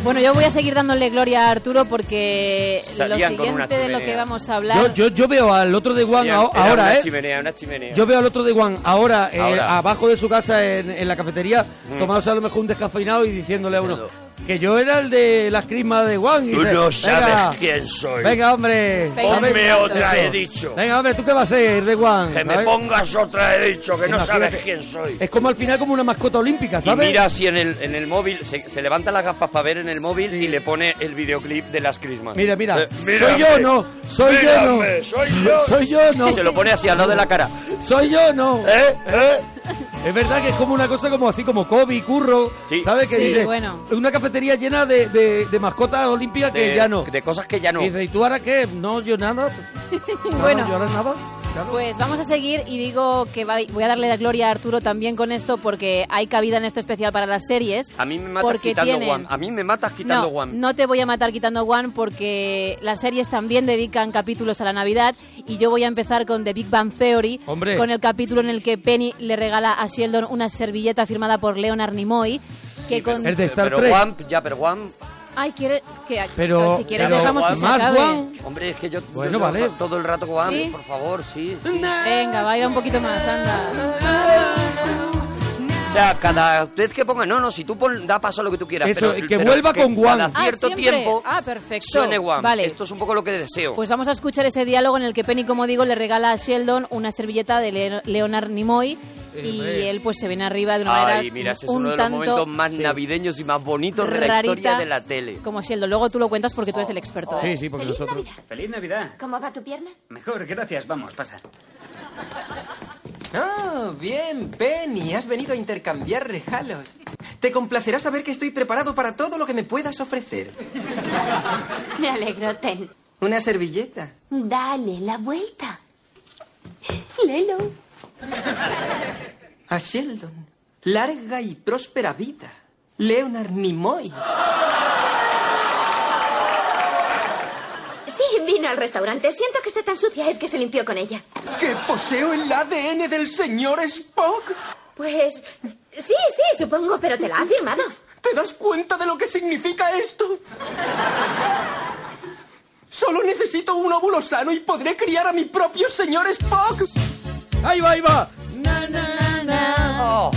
Speaker 3: Bueno, yo voy a seguir dándole gloria a Arturo porque lo
Speaker 4: Salían con una
Speaker 3: siguiente de lo
Speaker 4: chimenea.
Speaker 3: que vamos a hablar...
Speaker 2: Yo, yo, yo veo al otro de Juan
Speaker 4: Era
Speaker 2: aho- ahora,
Speaker 4: una
Speaker 2: ¿eh?
Speaker 4: chimenea, una chimenea.
Speaker 2: Yo veo al otro de Juan ahora, eh,
Speaker 4: Ahora.
Speaker 2: abajo de su casa en, en la cafetería,
Speaker 4: Mm.
Speaker 2: tomándose a lo mejor un descafeinado y diciéndole a uno
Speaker 4: Diciendo.
Speaker 2: que yo era el de las crismas de Juan. Y
Speaker 4: Tú
Speaker 2: dice,
Speaker 4: no
Speaker 2: "Venga,
Speaker 4: sabes quién soy.
Speaker 2: Venga, hombre.
Speaker 3: Venga,
Speaker 2: Dame-
Speaker 4: Ponme otra,
Speaker 2: eso.
Speaker 4: he dicho.
Speaker 2: Venga, hombre, ¿tú qué vas a ser de Juan?
Speaker 4: Que me
Speaker 2: ¿sabes?
Speaker 4: pongas otra, he dicho, que no
Speaker 2: Imagínate.
Speaker 4: sabes quién soy.
Speaker 2: Es como al final como una mascota olímpica,
Speaker 4: Y
Speaker 2: ¿sabes?
Speaker 4: mira así en el, en el móvil, se, se levanta las gafas para ver en el móvil
Speaker 2: Sí.
Speaker 4: y le pone el videoclip de las Christmas.
Speaker 2: Mira, mira.
Speaker 4: Eh,
Speaker 2: soy yo,
Speaker 4: mírame,
Speaker 2: no. Soy yo,
Speaker 4: mírame,
Speaker 2: no.
Speaker 4: Soy yo.
Speaker 2: Soy yo, no.
Speaker 4: Y se lo pone así al lado de la cara.
Speaker 2: Soy yo, no.
Speaker 4: ¿Eh? ¿Eh?
Speaker 2: Es verdad que es como una cosa como así como Kobe, Curro,
Speaker 4: Sí.
Speaker 2: ¿sabes? Que
Speaker 3: Sí,
Speaker 2: dice,
Speaker 3: bueno.
Speaker 2: una cafetería llena de, de- de mascotas olímpicas que
Speaker 4: De-
Speaker 2: ya no.
Speaker 4: De cosas que ya no.
Speaker 2: Y dice, ¿y tú ahora qué? No, yo nada. No,
Speaker 3: Bueno.
Speaker 2: yo ahora nada.
Speaker 3: Pues vamos a seguir y digo que vai- voy a darle la gloria a Arturo también con esto porque hay cabida en este especial para las series.
Speaker 4: A mí me matas
Speaker 3: porque
Speaker 4: quitando
Speaker 3: tienen-
Speaker 4: Juan. A mí me matas quitando
Speaker 3: no,
Speaker 4: Juan.
Speaker 3: No te voy a matar quitando One porque las series también dedican capítulos a la Navidad y yo voy a empezar con The Big Bang Theory,
Speaker 2: Hombre.
Speaker 3: con el capítulo en el que Penny le regala a Sheldon una servilleta firmada por Leonard Nimoy. Que con...
Speaker 2: El de Star
Speaker 4: pero
Speaker 2: Trek.
Speaker 4: Juan, ya, pero Juan.
Speaker 3: Ay, quiere que
Speaker 2: Pero-
Speaker 3: si quieres
Speaker 2: pero
Speaker 3: dejamos que se
Speaker 2: más
Speaker 3: acabe.
Speaker 2: Juan.
Speaker 4: Hombre, es que yo
Speaker 2: Bueno,
Speaker 4: yo-
Speaker 2: vale.
Speaker 4: todo el rato Juan,
Speaker 3: ¿Sí?
Speaker 4: por favor, sí, sí.
Speaker 3: Venga, vaya un poquito más, anda.
Speaker 4: O sea, cada vez que ponga, no, no, si tú pon- da paso a lo que tú quieras,
Speaker 2: Eso,
Speaker 4: pero-
Speaker 2: que
Speaker 4: pero
Speaker 2: vuelva con Juan.
Speaker 4: Cada
Speaker 3: Ah,
Speaker 4: cierto
Speaker 3: siempre.
Speaker 4: tiempo
Speaker 3: Ah, perfecto.
Speaker 4: suene Juan.
Speaker 3: Vale.
Speaker 4: Esto es un poco lo que deseo.
Speaker 3: Pues vamos a escuchar ese diálogo en el que Penny, como digo, le regala a Sheldon una servilleta de Leo- Leonard Nimoy y
Speaker 2: hombre.
Speaker 3: él pues se viene arriba de una
Speaker 4: Ay,
Speaker 3: manera
Speaker 4: mira, ese es
Speaker 3: un
Speaker 4: uno de los
Speaker 3: tanto
Speaker 4: momentos más navideños y más bonitos de la historia
Speaker 3: rarita
Speaker 4: de la tele.
Speaker 3: Como Sheldon, luego tú lo cuentas porque tú eres el experto.
Speaker 2: Sí,
Speaker 3: ¿eh?
Speaker 2: sí, porque nosotros...
Speaker 9: ¡Feliz Navidad!
Speaker 10: ¿Cómo va tu pierna?
Speaker 9: Mejor, gracias. Vamos, pasa.
Speaker 8: Ah, bien, Penny, has venido a intercambiar regalos. Te complacerá saber que estoy preparado para todo lo que me puedas ofrecer.
Speaker 10: Me alegro, Ten.
Speaker 8: Una servilleta.
Speaker 10: Dale la vuelta. Lelo.
Speaker 8: A Sheldon. Larga y próspera vida. Leonard Nimoy.
Speaker 10: Sí, vino al restaurante. Siento que está tan sucia, es que se limpió con ella.
Speaker 11: ¿Que poseo el ADN del señor Spock?
Speaker 10: Pues sí, sí, supongo, pero te la ha firmado.
Speaker 11: ¿Te das cuenta de lo que significa esto? Solo necesito un óvulo sano y podré criar a mi propio señor Spock.
Speaker 2: ¡Ahí va, ahí va!
Speaker 4: Oh.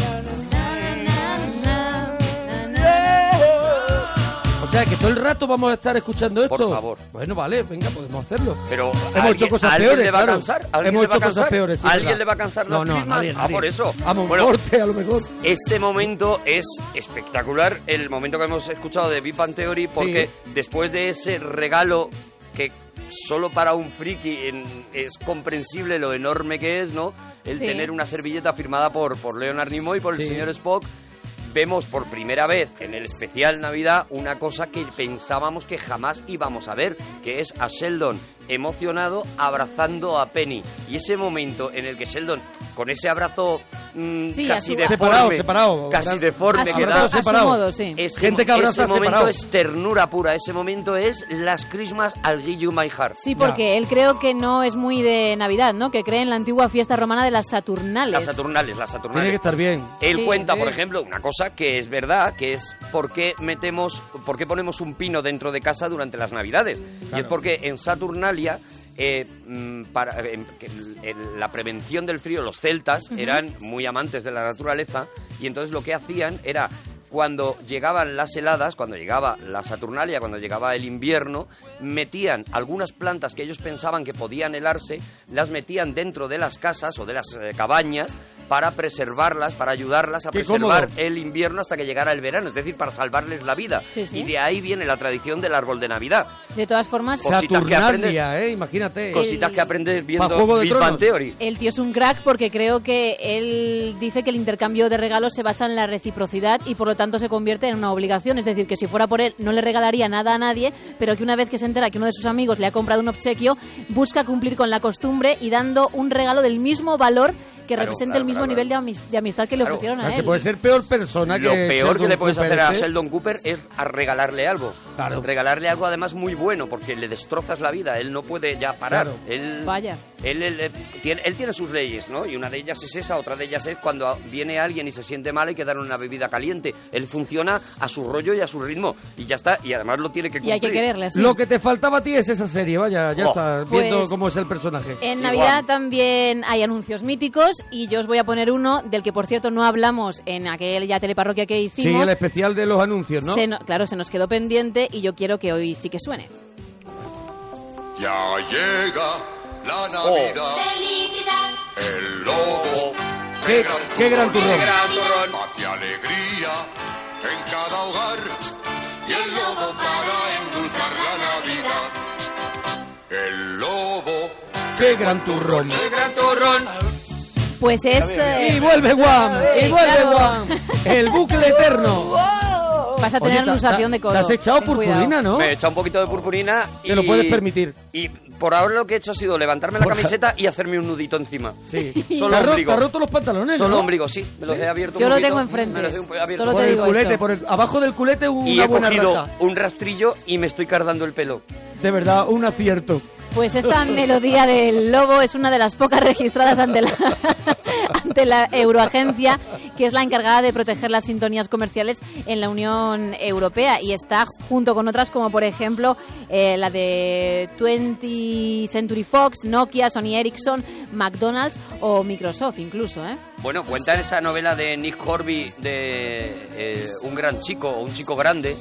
Speaker 2: O sea, que todo el rato vamos a estar escuchando esto. Por favor. Bueno, vale, venga, podemos hacerlo.
Speaker 4: Pero
Speaker 2: Hemos hecho cosas
Speaker 4: ¿alguien
Speaker 2: peores,
Speaker 4: le va
Speaker 2: claro.
Speaker 4: a cansar? ¿Alguien
Speaker 2: Hemos
Speaker 4: le va
Speaker 2: hecho
Speaker 4: a
Speaker 2: cosas
Speaker 4: cansar?
Speaker 2: peores, sí,
Speaker 4: ¿Alguien
Speaker 2: verdad.
Speaker 4: le va a cansar
Speaker 2: No,
Speaker 4: las
Speaker 2: no,
Speaker 4: crismas?
Speaker 2: nadie,
Speaker 4: Ah,
Speaker 2: nadie.
Speaker 4: por eso.
Speaker 2: A
Speaker 4: Bueno,
Speaker 2: Monforte, a lo mejor.
Speaker 4: Este momento es espectacular, el momento que hemos escuchado de Big Bang Theory, porque después de ese regalo que solo para un friki en- es comprensible lo enorme que es, ¿no? El
Speaker 12: Sí.
Speaker 4: tener una servilleta firmada por, por Leonard Nimoy, por el
Speaker 12: Sí.
Speaker 4: señor Spock, vemos por primera vez en el especial Navidad una cosa que pensábamos que jamás íbamos a ver, que es a Sheldon emocionado abrazando a Penny. Y ese momento en el que Sheldon, con ese abrazo mm,
Speaker 3: Sí, a
Speaker 4: casi
Speaker 3: su-
Speaker 4: deforme,
Speaker 2: Separado, separado.
Speaker 4: casi deforme
Speaker 2: A su-
Speaker 4: que
Speaker 2: a
Speaker 4: da,
Speaker 2: su separado. modo, sí.
Speaker 4: Ese,
Speaker 2: Gente que abraza
Speaker 4: ese momento
Speaker 2: separado.
Speaker 4: es ternura pura, ese momento es las crismas al Give You My Heart.
Speaker 3: Sí, porque él creo que no es muy de Navidad, ¿no? Que cree en la antigua fiesta romana de las Saturnales.
Speaker 4: Las Saturnales, las Saturnales.
Speaker 2: Tiene que estar bien.
Speaker 4: Él
Speaker 3: Sí,
Speaker 4: cuenta,
Speaker 3: sí.
Speaker 4: por ejemplo, una cosa que es verdad, que es por qué metemos, por qué ponemos un pino dentro de casa durante las Navidades. Y es
Speaker 12: Claro.
Speaker 4: porque en Saturnalia, eh, mm, para, eh, que el- el- la prevención del frío, los celtas
Speaker 12: Ujú.
Speaker 4: eran muy amantes de la naturaleza y entonces lo que hacían era cuando llegaban las heladas, cuando llegaba la Saturnalia, cuando llegaba el invierno, metían algunas plantas que ellos pensaban que podían helarse, las metían dentro de las casas o de las eh, cabañas para preservarlas, para ayudarlas a
Speaker 2: Qué
Speaker 4: preservar
Speaker 2: cómodo.
Speaker 4: el invierno hasta que llegara el verano, es decir, para salvarles la vida.
Speaker 3: Sí, sí.
Speaker 4: Y de ahí viene la tradición del árbol de Navidad.
Speaker 3: De todas formas,
Speaker 4: Cositas que
Speaker 2: Saturnalia, ¿eh? Imagínate.
Speaker 4: Cositas que aprendes
Speaker 2: Pa' Juego
Speaker 4: viendo
Speaker 2: de
Speaker 4: Big Bang
Speaker 2: Tronos.
Speaker 4: Theory.
Speaker 3: el tío es un crack porque creo que él dice que el intercambio de regalos se basa en la reciprocidad y por lo tanto se convierte en una obligación. Es decir, que si fuera por él no le regalaría nada a nadie, pero que una vez que se entera que uno de sus amigos le ha comprado un obsequio, busca cumplir con la costumbre y dando un regalo del mismo valor que
Speaker 4: Claro,
Speaker 3: represente
Speaker 4: claro,
Speaker 3: el mismo
Speaker 4: claro,
Speaker 3: nivel de amis- de amistad que le ofrecieron a
Speaker 2: No
Speaker 3: él.
Speaker 2: se puede ser peor persona
Speaker 4: Lo
Speaker 2: que
Speaker 4: peor que
Speaker 2: Sheldon
Speaker 4: le puedes
Speaker 2: Cooper ¿eh?
Speaker 4: hacer a
Speaker 2: ese.
Speaker 4: Sheldon Cooper es a regalarle algo.
Speaker 2: Claro.
Speaker 4: Regalarle algo además muy bueno porque le destrozas la vida. Él no puede ya parar.
Speaker 2: Claro.
Speaker 4: Él,
Speaker 3: Vaya.
Speaker 4: Él, él, eh, tiene, él tiene sus leyes, ¿no? Y una de ellas es esa, otra de ellas es cuando a- viene alguien y se siente mal hay que darle una bebida caliente. Él funciona a su rollo y a su ritmo. Y ya está. Y además lo tiene que cumplir.
Speaker 2: Lo que te faltaba a ti es esa serie, vaya, ya
Speaker 4: Oh.
Speaker 2: estás viendo
Speaker 3: Pues-
Speaker 2: cómo es el personaje.
Speaker 3: En Navidad también hay anuncios míticos y yo os voy a poner uno del que, por cierto, no hablamos en aquel ya teleparroquia que
Speaker 2: Sí, el
Speaker 3: hicimos.
Speaker 2: especial de los anuncios, ¿no?
Speaker 3: Se no- claro, se nos quedó pendiente y yo quiero que hoy sí que suene.
Speaker 13: Ya llega la
Speaker 4: Oh.
Speaker 13: Navidad. El lobo.
Speaker 2: Qué- qué gran turrón.
Speaker 13: Hace alegría en cada hogar. Y el lobo para endulzar la Navidad. El lobo.
Speaker 2: ¡Qué gran turrón!
Speaker 13: gran turrón!
Speaker 3: Pues es... eh,
Speaker 2: Y vuelve Guam,
Speaker 3: eh,
Speaker 2: y vuelve
Speaker 3: claro.
Speaker 2: Guam. El bucle eterno.
Speaker 3: Vas a tener
Speaker 2: Oye, te-
Speaker 3: anunciación
Speaker 2: te-
Speaker 3: de codo.
Speaker 2: te has echado
Speaker 3: Ten cuidado.
Speaker 2: purpurina, ¿no?
Speaker 4: Me he echado un poquito de purpurina.
Speaker 2: Te lo puedes permitir.
Speaker 4: Y por ahora lo que he hecho ha sido levantarme la camiseta y hacerme un nudito encima.
Speaker 2: Sí.
Speaker 4: Solo
Speaker 2: Te ha ro-
Speaker 4: ombligo.
Speaker 2: te ha roto los pantalones,
Speaker 4: Solo
Speaker 2: ¿no?
Speaker 4: ombligo, sí. Me los he abierto
Speaker 3: Yo
Speaker 4: un
Speaker 3: lo
Speaker 4: poquito.
Speaker 3: tengo enfrente.
Speaker 4: Me los he un po- abierto.
Speaker 3: Solo
Speaker 2: por
Speaker 3: te
Speaker 2: el
Speaker 3: digo
Speaker 2: culete,
Speaker 3: eso.
Speaker 2: por el- abajo del culete una
Speaker 4: y he
Speaker 2: buena
Speaker 4: cogido
Speaker 2: raza.
Speaker 4: un rastrillo y me estoy cardando el pelo.
Speaker 2: De verdad, un acierto.
Speaker 3: Pues esta melodía del lobo es una de las pocas registradas ante la, ante la Euroagencia, que es la encargada de proteger las sintonías comerciales en la Unión Europea y está junto con otras como por ejemplo eh, la de 20 Century Fox, Nokia, Sony Ericsson, McDonald's o Microsoft incluso, ¿eh?
Speaker 4: Bueno, cuenta esa novela de Nick Horby de eh, Un gran chico o un chico grande.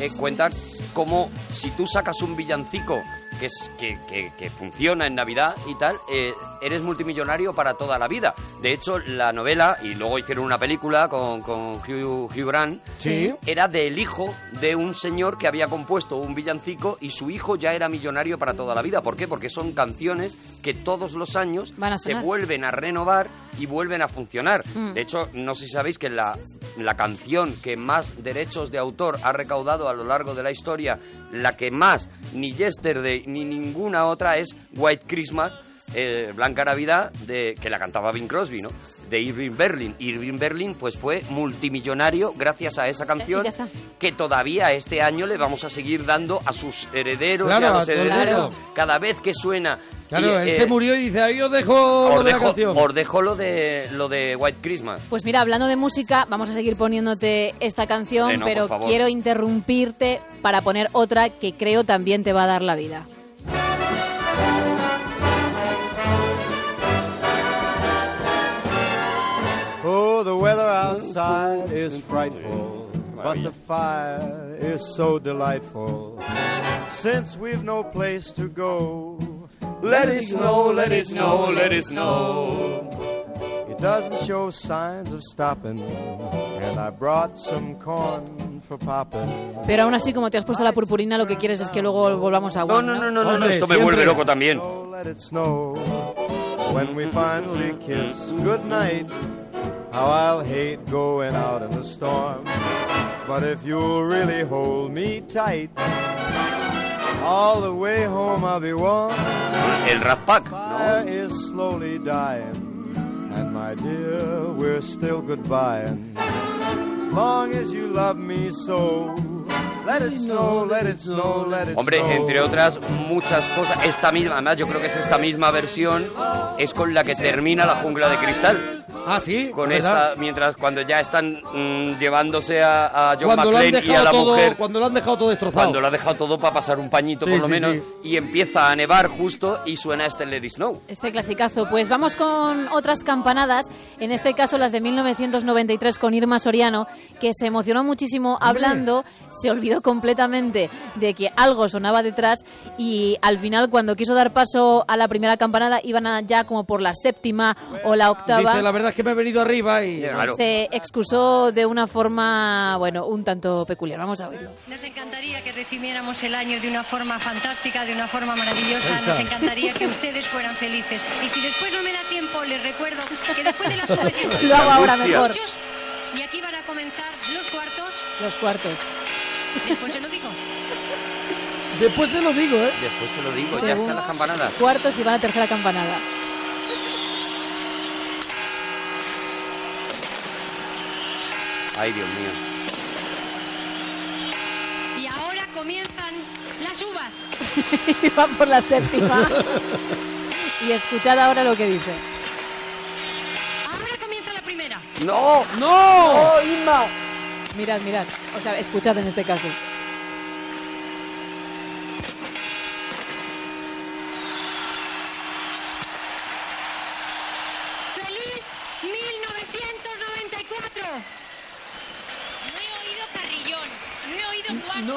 Speaker 4: eh, cuenta cómo si tú sacas un villancico que, es, que, que- que funciona en Navidad y tal, eh, eres multimillonario para toda la vida. De hecho, la novela, y luego hicieron una película con, con Hugh, Hugh Grant,
Speaker 2: Sí.
Speaker 4: era del hijo de un señor que había compuesto un villancico y su hijo ya era millonario para toda la vida. ¿Por qué? Porque son canciones que todos los años
Speaker 12: Van a
Speaker 4: se
Speaker 12: sonar.
Speaker 4: vuelven a renovar y vuelven a funcionar.
Speaker 12: Mm.
Speaker 4: De hecho, no sé si sabéis que la, la canción que más derechos de autor ha recaudado a lo largo de la historia, la que más, ni Yesterday ni ninguna otra, es White Christmas eh, Blanca Navidad, de, que la cantaba Bing Crosby, ¿no? De Irving Berlin. Irving Berlin pues fue multimillonario gracias a esa canción
Speaker 3: ya está.
Speaker 4: que todavía este año le vamos a seguir dando a sus herederos y a
Speaker 2: Claro,
Speaker 4: los
Speaker 2: a todo el
Speaker 4: herederos
Speaker 2: mundo.
Speaker 4: cada vez que suena.
Speaker 2: Claro,
Speaker 4: Y,
Speaker 2: él
Speaker 4: eh,
Speaker 2: se murió y dice, ahí os dejo lo
Speaker 4: os
Speaker 2: de la
Speaker 4: dejo,
Speaker 2: canción.
Speaker 4: os dejo lo de lo de White Christmas.
Speaker 3: Pues mira, hablando de música, vamos a seguir poniéndote esta canción,
Speaker 4: Eh, no, por
Speaker 3: pero
Speaker 4: favor.
Speaker 3: quiero interrumpirte para poner otra que creo también te va a dar la vida.
Speaker 12: Oh, the weather outside is frightful, but the fire is so delightful. Since we've no place to go, let it snow, let it snow, let it snow. It doesn't show signs of stopping, and I brought some corn for popping.
Speaker 3: Pero aún así, como te has puesto la purpurina, lo que quieres es que luego volvamos a One, No, no,
Speaker 4: no, no, esto me vuelve loco también.
Speaker 12: Let it snow when we finally kiss goodnight. How I'll hate going out in the storm. But if you'll really hold me tight, all the way home I'll be warm.
Speaker 4: El raspac,
Speaker 12: Fire is slowly dying, and my dear, we're still goodbying. As long as you love me so, let it snow, let it snow, let it
Speaker 4: Hombre,
Speaker 12: snow.
Speaker 4: entre otras muchas cosas, esta misma, además yo creo que es esta misma versión, es con la que termina la jungla de cristal.
Speaker 2: Ah, sí.
Speaker 4: Con
Speaker 2: ¿verdad?
Speaker 4: esta, mientras cuando ya están mm, llevándose a, a John
Speaker 2: Cuando lo, han
Speaker 4: McClane y a
Speaker 2: dejado
Speaker 4: la
Speaker 2: todo,
Speaker 4: mujer,
Speaker 2: cuando lo han dejado todo destrozado.
Speaker 4: cuando lo ha dejado todo para pasar un pañito
Speaker 2: Sí,
Speaker 4: por lo
Speaker 2: sí,
Speaker 4: menos,
Speaker 2: sí.
Speaker 4: y empieza a nevar justo y suena este Lady Snow.
Speaker 3: Este clasicazo. Pues vamos con otras campanadas, en este caso las de 1993 con Irma Soriano, que se emocionó muchísimo hablando, se olvidó completamente de que algo sonaba detrás y al final cuando quiso dar paso a la primera campanada iban a- ya como por la séptima o la octava.
Speaker 2: Dice, la verdad es que me he venido arriba y...
Speaker 3: Se excusó de una forma, bueno, un tanto peculiar. Vamos a oírlo.
Speaker 14: Nos encantaría que recibiéramos el año de una forma fantástica, de una forma maravillosa.
Speaker 3: Ahí está.
Speaker 14: Nos encantaría que ustedes fueran felices. Y si después no me da tiempo, les recuerdo que después de las uvas y estos
Speaker 3: Lo hago ahora
Speaker 14: bizcochos,
Speaker 3: mejor.
Speaker 14: Y aquí van a comenzar los cuartos.
Speaker 3: Los cuartos.
Speaker 14: Después se lo digo.
Speaker 2: Después se lo digo, ¿eh?
Speaker 4: Después se lo digo, ya
Speaker 3: Según-
Speaker 4: están las campanadas.
Speaker 3: Cuartos y va la tercera campanada.
Speaker 4: Ay, Dios mío.
Speaker 14: Y ahora comienzan las uvas.
Speaker 3: y va por la séptima. y escuchad ahora lo que dice.
Speaker 14: Ahora comienza la primera.
Speaker 4: ¡No!
Speaker 2: ¡No!
Speaker 3: ¡No, Irma! Mirad, mirad. O sea, escuchad en este caso.
Speaker 14: ¡Feliz 1994! No he oído carrillón, no he oído cuarto.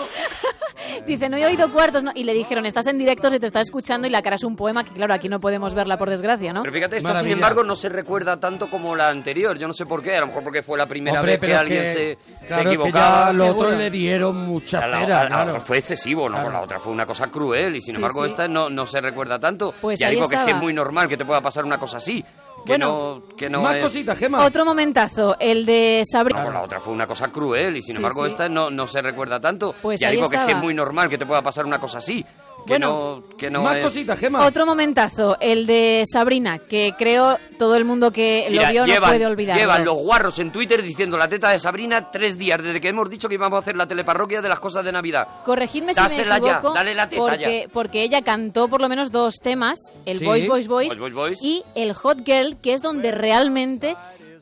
Speaker 3: Dice, no he oído cuartos. no". Y le dijeron, estás en directo, se te está escuchando y la cara es un poema que, claro, aquí no podemos verla por desgracia, ¿no?
Speaker 4: Pero fíjate, esta
Speaker 2: Maravilla.
Speaker 4: sin embargo no se recuerda tanto como la anterior. Yo no sé por qué, a lo mejor porque fue la primera
Speaker 2: Hombre,
Speaker 4: vez que
Speaker 2: pero es
Speaker 4: alguien
Speaker 2: que-
Speaker 4: se, se
Speaker 2: claro, es que
Speaker 4: equivocaba.
Speaker 2: ya los otros le dieron mucha
Speaker 4: A la,
Speaker 2: pera,
Speaker 4: a la-
Speaker 2: claro.
Speaker 4: Fue excesivo, ¿no? La otra fue una cosa cruel y sin
Speaker 2: Sí,
Speaker 4: embargo
Speaker 2: sí.
Speaker 4: esta no, no se recuerda tanto.
Speaker 3: Pues
Speaker 4: ya
Speaker 3: ahí
Speaker 4: digo que es que
Speaker 3: estaba.
Speaker 4: es muy normal que te pueda pasar una cosa así. Que
Speaker 3: Bueno,
Speaker 4: no, que no es...
Speaker 3: Otro momentazo, el de Sabrina.
Speaker 4: No, pues la otra fue una cosa cruel y sin
Speaker 3: Sí,
Speaker 4: embargo
Speaker 3: sí.
Speaker 4: esta no, no se recuerda tanto.
Speaker 3: Pues
Speaker 4: ya
Speaker 3: ahí
Speaker 4: digo que es que
Speaker 3: estaba.
Speaker 4: es muy normal que te pueda pasar una cosa así. Que
Speaker 3: Bueno,
Speaker 4: no, que no es...
Speaker 3: Otro momentazo, el de Sabrina, que creo todo el mundo que lo
Speaker 4: Mira,
Speaker 3: vio no puede olvidar.
Speaker 4: llevan los guarros en Twitter diciendo la teta de Sabrina tres días desde que hemos dicho que íbamos a hacer la teleparroquia de las cosas de Navidad.
Speaker 3: Corregidme si
Speaker 4: Dásela
Speaker 3: me
Speaker 4: ya,
Speaker 3: equivoco,
Speaker 4: dale la teta
Speaker 3: porque,
Speaker 4: ya.
Speaker 3: porque ella cantó por lo menos dos temas, el
Speaker 4: Sí.
Speaker 3: Boys, Boys, Boys,
Speaker 4: Boys, Boys, Boys.
Speaker 3: y el Hot Girl, que es donde realmente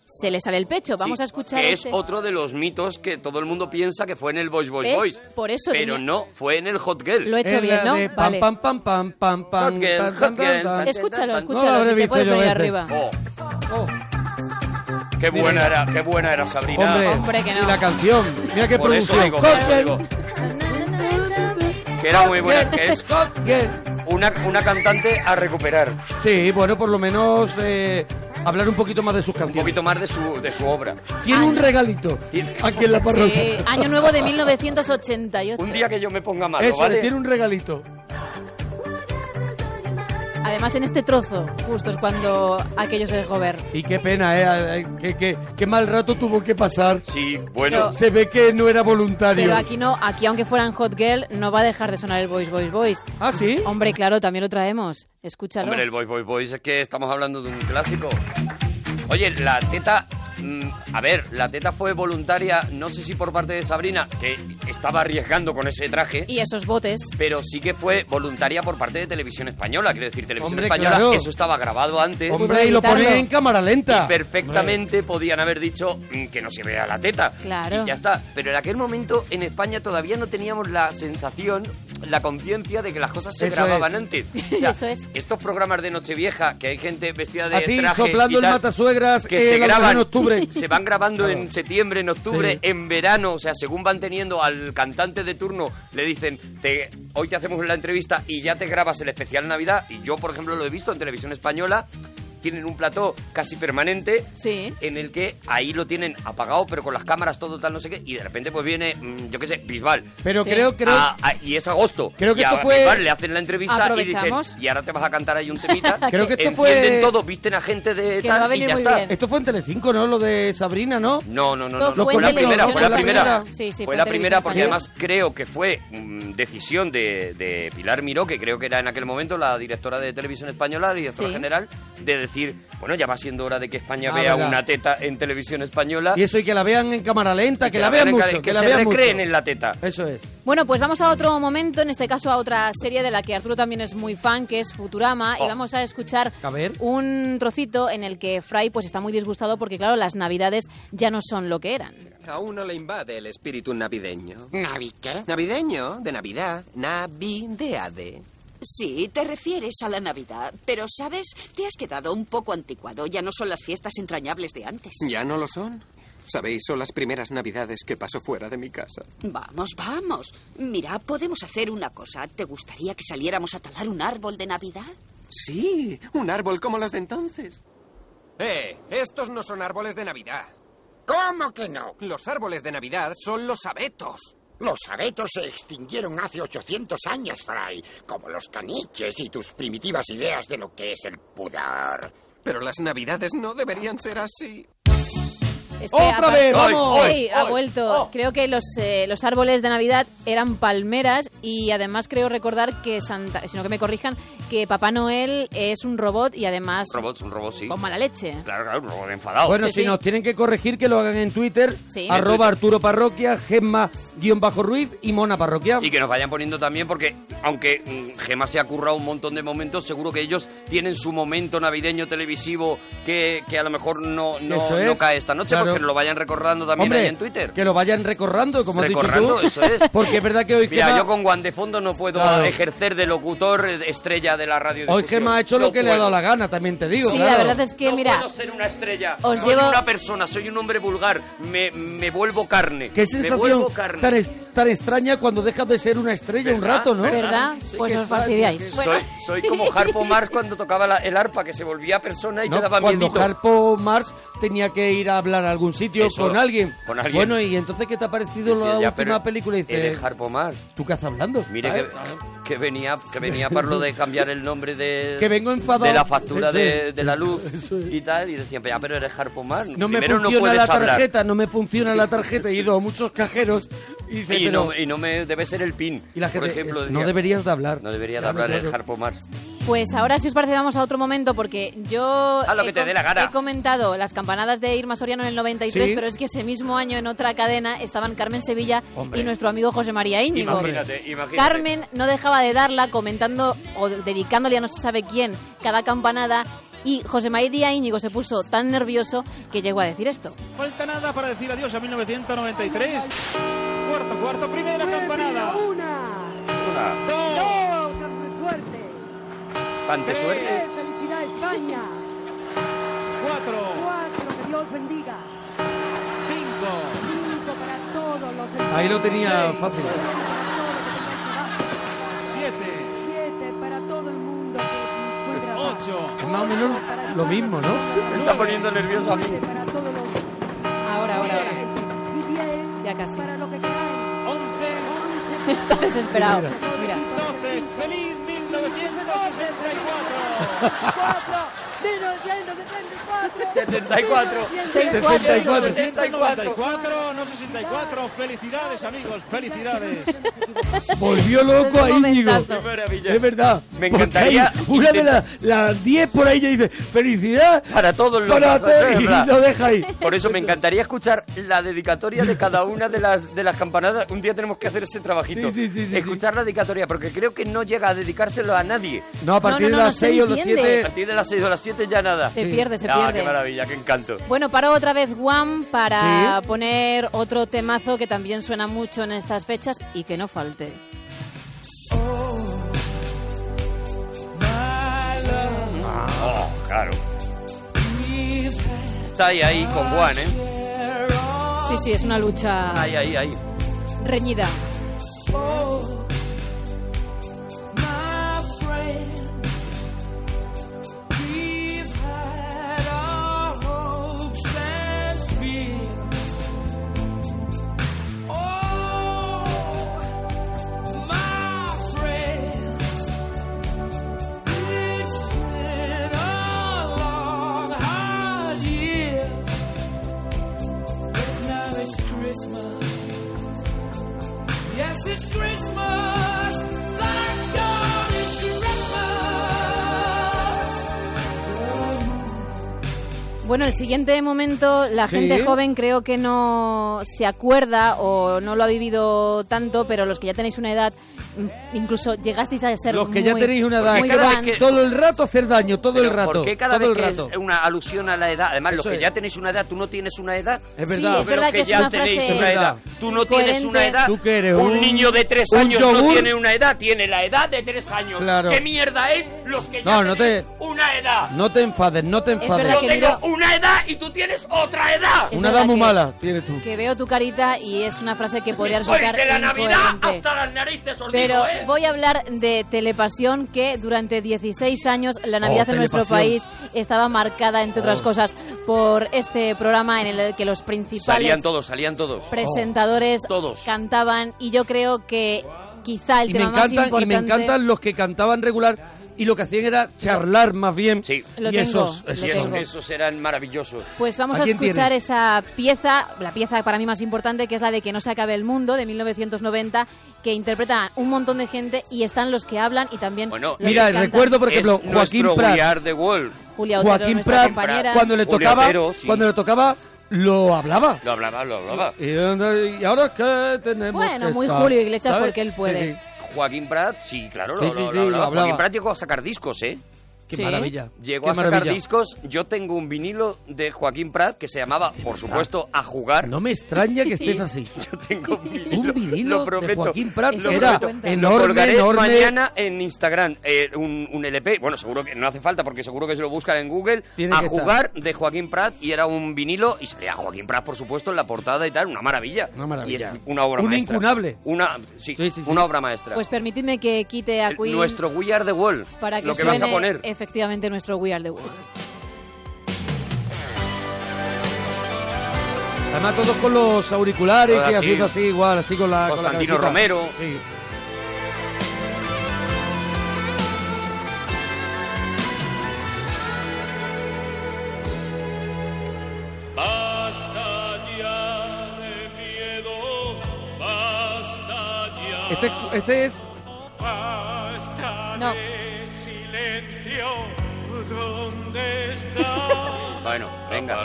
Speaker 3: se le sale el pecho. Vamos
Speaker 4: Sí,
Speaker 3: a escuchar este.
Speaker 4: que
Speaker 3: ese.
Speaker 4: es otro de los mitos que todo el mundo piensa que fue en el Boys Boys
Speaker 3: ¿Ves?
Speaker 4: Boys.
Speaker 3: Por eso
Speaker 4: Pero
Speaker 3: tenía-
Speaker 4: no, fue en el Hot Girl.
Speaker 3: Lo he hecho Es bien, la ¿no? de pam, Vale. pam,
Speaker 2: pam, pam, pam, pam,
Speaker 4: Hot Girl,
Speaker 2: pam,
Speaker 4: Hot
Speaker 2: pam,
Speaker 4: Girl.
Speaker 2: pam.
Speaker 3: Escúchalo,
Speaker 2: No
Speaker 3: escúchalo,
Speaker 2: lo habré
Speaker 3: si te
Speaker 2: visto
Speaker 3: puedes
Speaker 2: yo
Speaker 3: venir
Speaker 2: veces.
Speaker 3: arriba.
Speaker 4: Oh. Qué buena era, qué buena era Sabrina.
Speaker 2: Hombre, y la canción. Mira qué
Speaker 4: Por eso
Speaker 2: producción.
Speaker 4: digo, por eso
Speaker 2: Cocktail.
Speaker 4: digo. Que era muy buena, que es una, una cantante a recuperar, un
Speaker 2: Sí, bueno, por lo menos eh, hablar un poquito más de sus canciones.
Speaker 4: poquito más de su, de su obra.
Speaker 2: Tiene un regalito aquí en la
Speaker 4: Oh.
Speaker 3: Sí,
Speaker 2: parroquia.
Speaker 3: año nuevo de 1988.
Speaker 4: Un día que yo me ponga malo,
Speaker 2: Eso, le
Speaker 4: ¿vale?
Speaker 2: tiene un regalito.
Speaker 3: Además, en este trozo, justo es cuando aquello se dejó ver.
Speaker 2: Y qué pena, ¿eh? Ay, Qué, qué- qué mal rato tuvo que pasar.
Speaker 4: Sí,
Speaker 3: bueno.
Speaker 2: Se ve que no era voluntario.
Speaker 3: Pero aquí no, aquí aunque fueran Hot Girl, no va a dejar de sonar el Voice, Voice, Voice.
Speaker 2: ¿Ah, sí?
Speaker 3: Hombre, claro, también lo traemos. Escúchalo.
Speaker 4: Hombre, el Boy Boy Boys es que estamos hablando de un clásico. Oye, la teta. mm, a ver, la teta fue voluntaria, no sé si por parte de Sabrina, que estaba arriesgando con ese traje.
Speaker 3: Y esos botes.
Speaker 4: Pero sí que fue voluntaria por parte de Televisión Española. Quiero decir, Televisión
Speaker 2: Hombre,
Speaker 4: Española,
Speaker 2: claro.
Speaker 4: eso estaba grabado antes.
Speaker 2: Hombre, y lo ponen en cámara lenta.
Speaker 4: Y perfectamente podían haber dicho mm, que no se vea la teta.
Speaker 2: Claro.
Speaker 4: Y ya está. Pero en aquel momento en España todavía no teníamos la sensación, la conciencia de que las cosas se
Speaker 2: Eso
Speaker 4: grababan
Speaker 2: es.
Speaker 4: antes. O sea,
Speaker 3: Eso es.
Speaker 4: Estos programas de Nochevieja, que hay gente vestida de
Speaker 2: Así,
Speaker 4: traje
Speaker 2: soplando
Speaker 4: y
Speaker 2: el
Speaker 4: tal,
Speaker 2: matasuegras
Speaker 4: que
Speaker 2: eh,
Speaker 4: se
Speaker 2: vamos a ver
Speaker 4: graban
Speaker 2: en octubre.
Speaker 4: se van grabando
Speaker 2: Claro.
Speaker 4: en septiembre, en octubre,
Speaker 2: Sí.
Speaker 4: en verano, o sea, según van teniendo al cantante de turno, le dicen, te, hoy te hacemos la entrevista y ya te grabas el especial Navidad. Y yo, por ejemplo, lo he visto en televisión española, tienen un plató casi permanente en el que ahí lo tienen apagado, pero con las cámaras todo tal, no sé qué, y de repente pues viene, mm, yo qué sé, Bisbal.
Speaker 2: Pero Sí. creo- creo-
Speaker 4: Ah, ah, y es agosto.
Speaker 2: Creo que
Speaker 4: y
Speaker 2: esto
Speaker 4: a
Speaker 2: fue-
Speaker 4: Bisbal le hacen la entrevista y dicen,
Speaker 2: Aprovechamos.
Speaker 4: y ahora te vas a cantar ahí un temita.
Speaker 2: Creo que esto
Speaker 4: Encienden
Speaker 2: fue-
Speaker 4: todo, visten a gente de tal y ya está.
Speaker 2: Esto fue en Telecinco, ¿no? Lo de Sabrina, ¿no?
Speaker 4: No, no, no, no, no, fue la primera, fue la primera. Fue la primera porque además creo que fue mm, decisión de, de Pilar Miró, que creo que era en aquel momento la directora de Televisión Española, la directora
Speaker 2: Sí.
Speaker 4: general, de decir, bueno, ya va siendo hora de que España
Speaker 2: Ah,
Speaker 4: vea
Speaker 2: verdad.
Speaker 4: una teta en Televisión Española.
Speaker 2: Y eso, y que la vean en cámara lenta, que, la vean
Speaker 4: en
Speaker 2: mucho.
Speaker 4: cada-
Speaker 2: Que,
Speaker 4: Ah. que,
Speaker 2: la
Speaker 4: se
Speaker 2: vean
Speaker 4: recreen
Speaker 2: mucho.
Speaker 4: en la teta.
Speaker 2: Eso es.
Speaker 3: Bueno, pues vamos a otro momento, en este caso a otra serie de la que Arturo también es muy fan, que es Futurama, y
Speaker 2: Oh.
Speaker 3: vamos a escuchar
Speaker 2: A ver.
Speaker 3: un trocito en el que Fry pues está muy disgustado porque claro, las navidades ya no son lo que eran.
Speaker 15: A uno le invade el espíritu navideño. ¿Navi qué? Navideño, de Navidad. Navideade.
Speaker 16: Sí, te refieres a la Navidad, pero sabes, te has quedado un poco anticuado, ya no son las fiestas entrañables de antes.
Speaker 15: ¿Ya no lo son? Sabéis, son las primeras navidades que paso fuera de mi casa.
Speaker 16: Vamos, vamos. Mira, podemos hacer una cosa. ¿Te gustaría que saliéramos a talar un árbol de Navidad?
Speaker 15: Sí, un árbol como los de entonces. ¡Eh! Estos no son árboles de Navidad. ¿Cómo que no? Los árboles de Navidad son los abetos.
Speaker 17: Los abetos se extinguieron hace 800 años, Fry, como los caniches y tus primitivas ideas de lo que es el pudor.
Speaker 15: Pero las navidades no deberían ser así.
Speaker 3: Es que
Speaker 15: ¡Otra
Speaker 3: apar-
Speaker 15: vez! ¡Vamos!
Speaker 3: Ey,
Speaker 15: ¡Hoy!
Speaker 3: ha
Speaker 15: ¡Hoy!
Speaker 3: vuelto. Creo que los, eh, los árboles de Navidad eran palmeras y además creo recordar que Santa, sino que me corrijan, que Papá Noel es un robot y además
Speaker 4: Robots, un robot, sí.
Speaker 3: con mala leche.
Speaker 4: Claro, claro, un robot enfadado.
Speaker 2: Bueno, si nos tienen que corregir, que lo hagan en Twitter.
Speaker 3: Sí.
Speaker 2: Arroba Arturo Parroquia, Gemma-Ruiz y Mona Parroquia.
Speaker 4: Y que nos vayan poniendo también, porque aunque mm, Gema se ha currado un montón de momentos, seguro que ellos tienen su momento navideño televisivo que, que a lo mejor no, no,
Speaker 2: Eso
Speaker 4: no
Speaker 2: es,
Speaker 4: cae esta noche,
Speaker 2: claro.
Speaker 4: porque lo vayan recordando también
Speaker 2: Hombre,
Speaker 4: ahí en Twitter.
Speaker 2: Que lo vayan recorrando, como
Speaker 4: Recorrando,
Speaker 2: has dicho
Speaker 4: eso
Speaker 2: tú.
Speaker 4: es.
Speaker 2: Porque es verdad que hoy
Speaker 4: Mira,
Speaker 2: Gemma-
Speaker 4: yo con Juan de Fondo no puedo
Speaker 2: Claro.
Speaker 4: ejercer de locutor eh, estrella de la radio.
Speaker 2: Hoy Gemma ha hecho lo que le ha dado la gana, también te digo.
Speaker 3: Sí,
Speaker 2: claro.
Speaker 3: la verdad es que, mira,
Speaker 4: puedo ser una estrella.
Speaker 3: Os
Speaker 4: soy
Speaker 3: llevo-
Speaker 4: una persona, soy un hombre vulgar. Me, me vuelvo carne.
Speaker 2: Qué
Speaker 4: Me
Speaker 2: sensación
Speaker 4: vuelvo carne.
Speaker 2: tan, es- tan extraña cuando dejas de ser una estrella un rato, ¿no?
Speaker 3: Pues
Speaker 2: que
Speaker 3: os
Speaker 2: está-
Speaker 3: fastidiáis.
Speaker 4: Soy, soy como Harpo Marx cuando tocaba la- el arpa, que se volvía persona y
Speaker 2: No,
Speaker 4: te daba
Speaker 2: cuando
Speaker 4: miedito.
Speaker 2: Harpo Marx tenía que ir a hablar a algún sitio
Speaker 4: Eso,
Speaker 2: con alguien.
Speaker 4: con alguien.
Speaker 2: Bueno, ¿y entonces qué te ha parecido
Speaker 4: Decía,
Speaker 2: la
Speaker 4: ya,
Speaker 2: última
Speaker 4: pero
Speaker 2: película? Y dice,
Speaker 4: Él es Harpo Marx.
Speaker 2: ¿tú qué estás hablando?
Speaker 4: Mire
Speaker 2: ¿Sabes?
Speaker 4: que, que venía, que venía para lo de cambiar el nombre de,
Speaker 2: Que vengo enfadado.
Speaker 4: de la factura de,
Speaker 2: Eso.
Speaker 4: de la luz y tal. Y decían, ya, pero eres Harpo Marx.
Speaker 2: No me
Speaker 4: Primero no
Speaker 2: funciona
Speaker 4: puedes
Speaker 2: la
Speaker 4: hablar.
Speaker 2: tarjeta, no me funciona la tarjeta. He ido a muchos cajeros y dice,
Speaker 4: Y no,
Speaker 2: pero-
Speaker 4: y no me debe ser el PIN.
Speaker 2: y la gente,
Speaker 4: por ejemplo,
Speaker 2: es-
Speaker 4: decía,
Speaker 2: no deberías de hablar.
Speaker 4: no debería de
Speaker 2: Claro,
Speaker 4: hablar el
Speaker 2: claro.
Speaker 4: Harpo Marx.
Speaker 3: Pues ahora, si os parece, vamos a otro momento porque yo
Speaker 4: lo
Speaker 3: he
Speaker 4: que te
Speaker 3: com-
Speaker 4: dé la gana.
Speaker 3: he comentado las campanadas de Irma Soriano en el 93,
Speaker 4: Sí.
Speaker 3: pero es que ese mismo año en otra cadena estaban Carmen Sevilla
Speaker 4: Hombre.
Speaker 3: y nuestro amigo José María Íñigo.
Speaker 4: Imagínate, imagínate.
Speaker 3: Carmen no dejaba de darla comentando o dedicándole a no se sabe quién cada campanada y José María Íñigo se puso tan nervioso que llegó a decir esto.
Speaker 18: Falta nada para decir adiós a 1993. Cuarto, cuarto, primera campanada.
Speaker 4: Una,
Speaker 18: Dos.
Speaker 19: suerte! Eh,
Speaker 4: ante suerte.
Speaker 19: ¡Felicidad España!
Speaker 18: Cuatro.
Speaker 19: Cuatro, que Dios bendiga. Cinco. Cinco para todos los hermanos.
Speaker 2: Ahí lo tenía fácil.
Speaker 18: Siete.
Speaker 19: Siete para todo el mundo que encuentra paz.
Speaker 18: Ocho.
Speaker 2: Oh. Es más o menos lo mismo, ¿no?
Speaker 4: Me está poniendo nervioso a mí.
Speaker 19: Para todos los...
Speaker 3: Ahora, ahora, ahora.
Speaker 19: Y diez
Speaker 3: Ya casi.
Speaker 19: para lo que queráis.
Speaker 18: Once.
Speaker 19: Once.
Speaker 3: Está desesperado. Mira.
Speaker 18: Feliz 1993.
Speaker 1: 74.
Speaker 18: 64.
Speaker 1: 64.
Speaker 18: no 64. Felicidades, amigos, felicidades.
Speaker 2: Volvió loco
Speaker 18: Es
Speaker 2: ahí,
Speaker 18: un
Speaker 2: Íñigo.
Speaker 18: momentazo. Qué
Speaker 2: Es verdad.
Speaker 4: Me
Speaker 2: Porque
Speaker 4: encantaría
Speaker 2: hay Una de la- las 10 por ahí ya dice, felicidad.
Speaker 4: Para todos los
Speaker 2: Para
Speaker 4: locos,
Speaker 2: todos",
Speaker 4: es
Speaker 2: y
Speaker 4: verdad.
Speaker 2: lo deja ahí.
Speaker 4: Por eso me encantaría escuchar la dedicatoria de cada una de las, de las campanadas. Un día tenemos que hacer ese trabajito. escuchar la dedicatoria, porque creo que no llega a dedicárselo a nadie.
Speaker 2: No, a partir de las 6 o las 7.
Speaker 4: A partir de las 6 o las 7 ya nada.
Speaker 3: Se Sí. pierde, se
Speaker 4: Ah,
Speaker 3: pierde.
Speaker 4: qué maravilla, qué encanto.
Speaker 3: Bueno, paro otra vez Juan para poner otro temazo que también suena mucho en estas fechas y que no falte.
Speaker 4: Oh, claro. Está ahí, ahí, con Juan, ¿eh?
Speaker 3: Sí, sí, es una lucha
Speaker 4: Ahí, ahí, ahí.
Speaker 3: reñida.
Speaker 1: Oh, Yes, it's Christmas. Thank God it's Christmas.
Speaker 3: Bueno, el siguiente momento, la
Speaker 1: Sí.
Speaker 3: gente joven creo que no se acuerda o no lo ha vivido tanto, pero los que ya tenéis una edad, mm, incluso llegasteis a ser
Speaker 2: Los que ya
Speaker 3: muy-
Speaker 2: tenéis una edad,
Speaker 3: muy
Speaker 2: cada vez
Speaker 3: fans.
Speaker 2: que- todo el rato hacer daño, todo el
Speaker 4: Pero,
Speaker 2: rato.
Speaker 4: ¿Por qué cada
Speaker 2: todo
Speaker 4: vez que
Speaker 2: el rato.
Speaker 4: es una alusión a la edad? Además, los
Speaker 2: Eso
Speaker 4: que
Speaker 2: es.
Speaker 4: ya tenéis una edad, tú no tienes una edad.
Speaker 2: Es verdad. Sí, es
Speaker 4: Pero
Speaker 2: verdad
Speaker 4: que,
Speaker 2: que es
Speaker 4: ya
Speaker 2: una
Speaker 4: tenéis
Speaker 2: frase
Speaker 4: una edad. Tú no tienes
Speaker 2: coherente.
Speaker 4: una edad.
Speaker 2: ¿Tú qué eres,
Speaker 4: Un,
Speaker 2: un-
Speaker 4: niño de tres
Speaker 2: un
Speaker 4: años no
Speaker 2: yogur?
Speaker 4: tiene una edad, tiene la edad de tres años.
Speaker 2: Claro.
Speaker 4: ¿Qué mierda es los que ya
Speaker 2: No, no
Speaker 4: tenéis
Speaker 2: te-
Speaker 4: una edad?
Speaker 2: No te enfades, no te enfades.
Speaker 4: Yo tengo una edad y tú tienes otra edad.
Speaker 2: una edad muy mala tienes tú.
Speaker 3: Que veo tu carita y es una frase que podría
Speaker 4: Estoy
Speaker 3: resultar
Speaker 4: de la Navidad
Speaker 3: incoherente.
Speaker 4: hasta las narices, os
Speaker 3: Pero
Speaker 4: digo, ¿eh?
Speaker 3: voy a hablar de Telepasión, que durante 16 años
Speaker 2: Oh,
Speaker 3: la Navidad en nuestro país
Speaker 4: Telepasión.
Speaker 3: estaba marcada, entre otras
Speaker 4: Oh.
Speaker 3: cosas, por este programa en el que los
Speaker 4: Salían
Speaker 3: principales
Speaker 4: todos, salían todos.
Speaker 3: presentadores
Speaker 2: Oh,
Speaker 4: Todos.
Speaker 3: cantaban y yo creo que quizá el
Speaker 2: Y me
Speaker 3: tema más
Speaker 2: encantan,
Speaker 3: importante...
Speaker 2: y me encantan los que cantaban regular y lo que hacían era charlar más bien.
Speaker 3: Lo
Speaker 2: y
Speaker 3: tengo,
Speaker 2: esos,
Speaker 3: lo
Speaker 2: esos
Speaker 4: y eso-
Speaker 2: son.
Speaker 4: esos eran maravillosos.
Speaker 3: Pues vamos
Speaker 2: ¿A
Speaker 3: a,
Speaker 2: quién
Speaker 3: escuchar
Speaker 2: tienes?
Speaker 3: esa pieza, la pieza para mí más importante, que es la de Que no se acabe el mundo, de 1990, que interpreta un montón de gente y están los que hablan y también los que
Speaker 2: Mira,
Speaker 3: cantan.
Speaker 2: recuerdo, por ejemplo,
Speaker 4: es
Speaker 2: Joaquín
Speaker 4: nuestro
Speaker 2: Prat.
Speaker 4: We Are the World.
Speaker 3: Julia Otero,
Speaker 2: Joaquín
Speaker 3: nuestra
Speaker 2: Prat,
Speaker 3: compañera.
Speaker 2: cuando le
Speaker 4: Julio
Speaker 2: tocaba,
Speaker 4: Otero, sí.
Speaker 2: cuando le tocaba, lo hablaba.
Speaker 4: Lo hablaba, lo hablaba.
Speaker 2: Y, y ahora que tenemos
Speaker 3: Bueno,
Speaker 2: que
Speaker 3: muy
Speaker 2: estar,
Speaker 3: Julio Iglesias
Speaker 2: ¿sabes?
Speaker 3: porque él puede.
Speaker 2: Sí, sí.
Speaker 4: Joaquín Prat, sí, claro, lo,
Speaker 2: Sí, sí,
Speaker 4: lo-
Speaker 2: sí,
Speaker 4: lo hablaba.
Speaker 2: lo hablaba.
Speaker 4: Joaquín Prat llegó a sacar discos, ¿eh?
Speaker 2: Qué Sí. maravilla,
Speaker 4: Llegó
Speaker 2: qué
Speaker 4: a sacar
Speaker 2: maravilla.
Speaker 4: discos. Yo tengo un vinilo de Joaquín Prat que se llamaba, por supuesto, A Jugar.
Speaker 2: Ah. No me extraña que estés así.
Speaker 4: Yo tengo un vinilo.
Speaker 2: Un vinilo
Speaker 4: lo prometo.
Speaker 2: de Joaquín Prat
Speaker 4: Lo
Speaker 2: que era
Speaker 4: prometo. Lo
Speaker 2: enorme,
Speaker 4: colgaré
Speaker 2: enorme.
Speaker 4: mañana en Instagram eh, un, un LP. Bueno, seguro que no hace falta porque seguro que se lo buscan en Google.
Speaker 2: Tiene
Speaker 4: a
Speaker 2: que estar.
Speaker 4: jugar de Joaquín Prat y era un vinilo y salía Joaquín Prat, por supuesto, en la portada y tal. Una maravilla.
Speaker 2: Una maravilla.
Speaker 4: Y es una obra
Speaker 2: Un
Speaker 4: maestra.
Speaker 2: incunable.
Speaker 4: Una, sí, una obra maestra.
Speaker 3: Pues permitidme que quite a Queen
Speaker 4: Nuestro We Are the Wall.
Speaker 3: para que,
Speaker 4: lo que
Speaker 3: suene
Speaker 4: vas a poner.
Speaker 3: efectivamente nuestro We Are the World.
Speaker 2: Además todos con los auriculares
Speaker 4: Todos
Speaker 2: y
Speaker 4: así.
Speaker 2: haciendo así igual, así con la con la
Speaker 4: Constantino
Speaker 2: cabecita.
Speaker 4: Romero.
Speaker 2: Sí.
Speaker 1: Basta ya de miedo, basta ya.
Speaker 2: Este, es- este es
Speaker 1: Basta
Speaker 3: No.
Speaker 1: de silencio. ¿Dónde está
Speaker 4: Bueno, venga.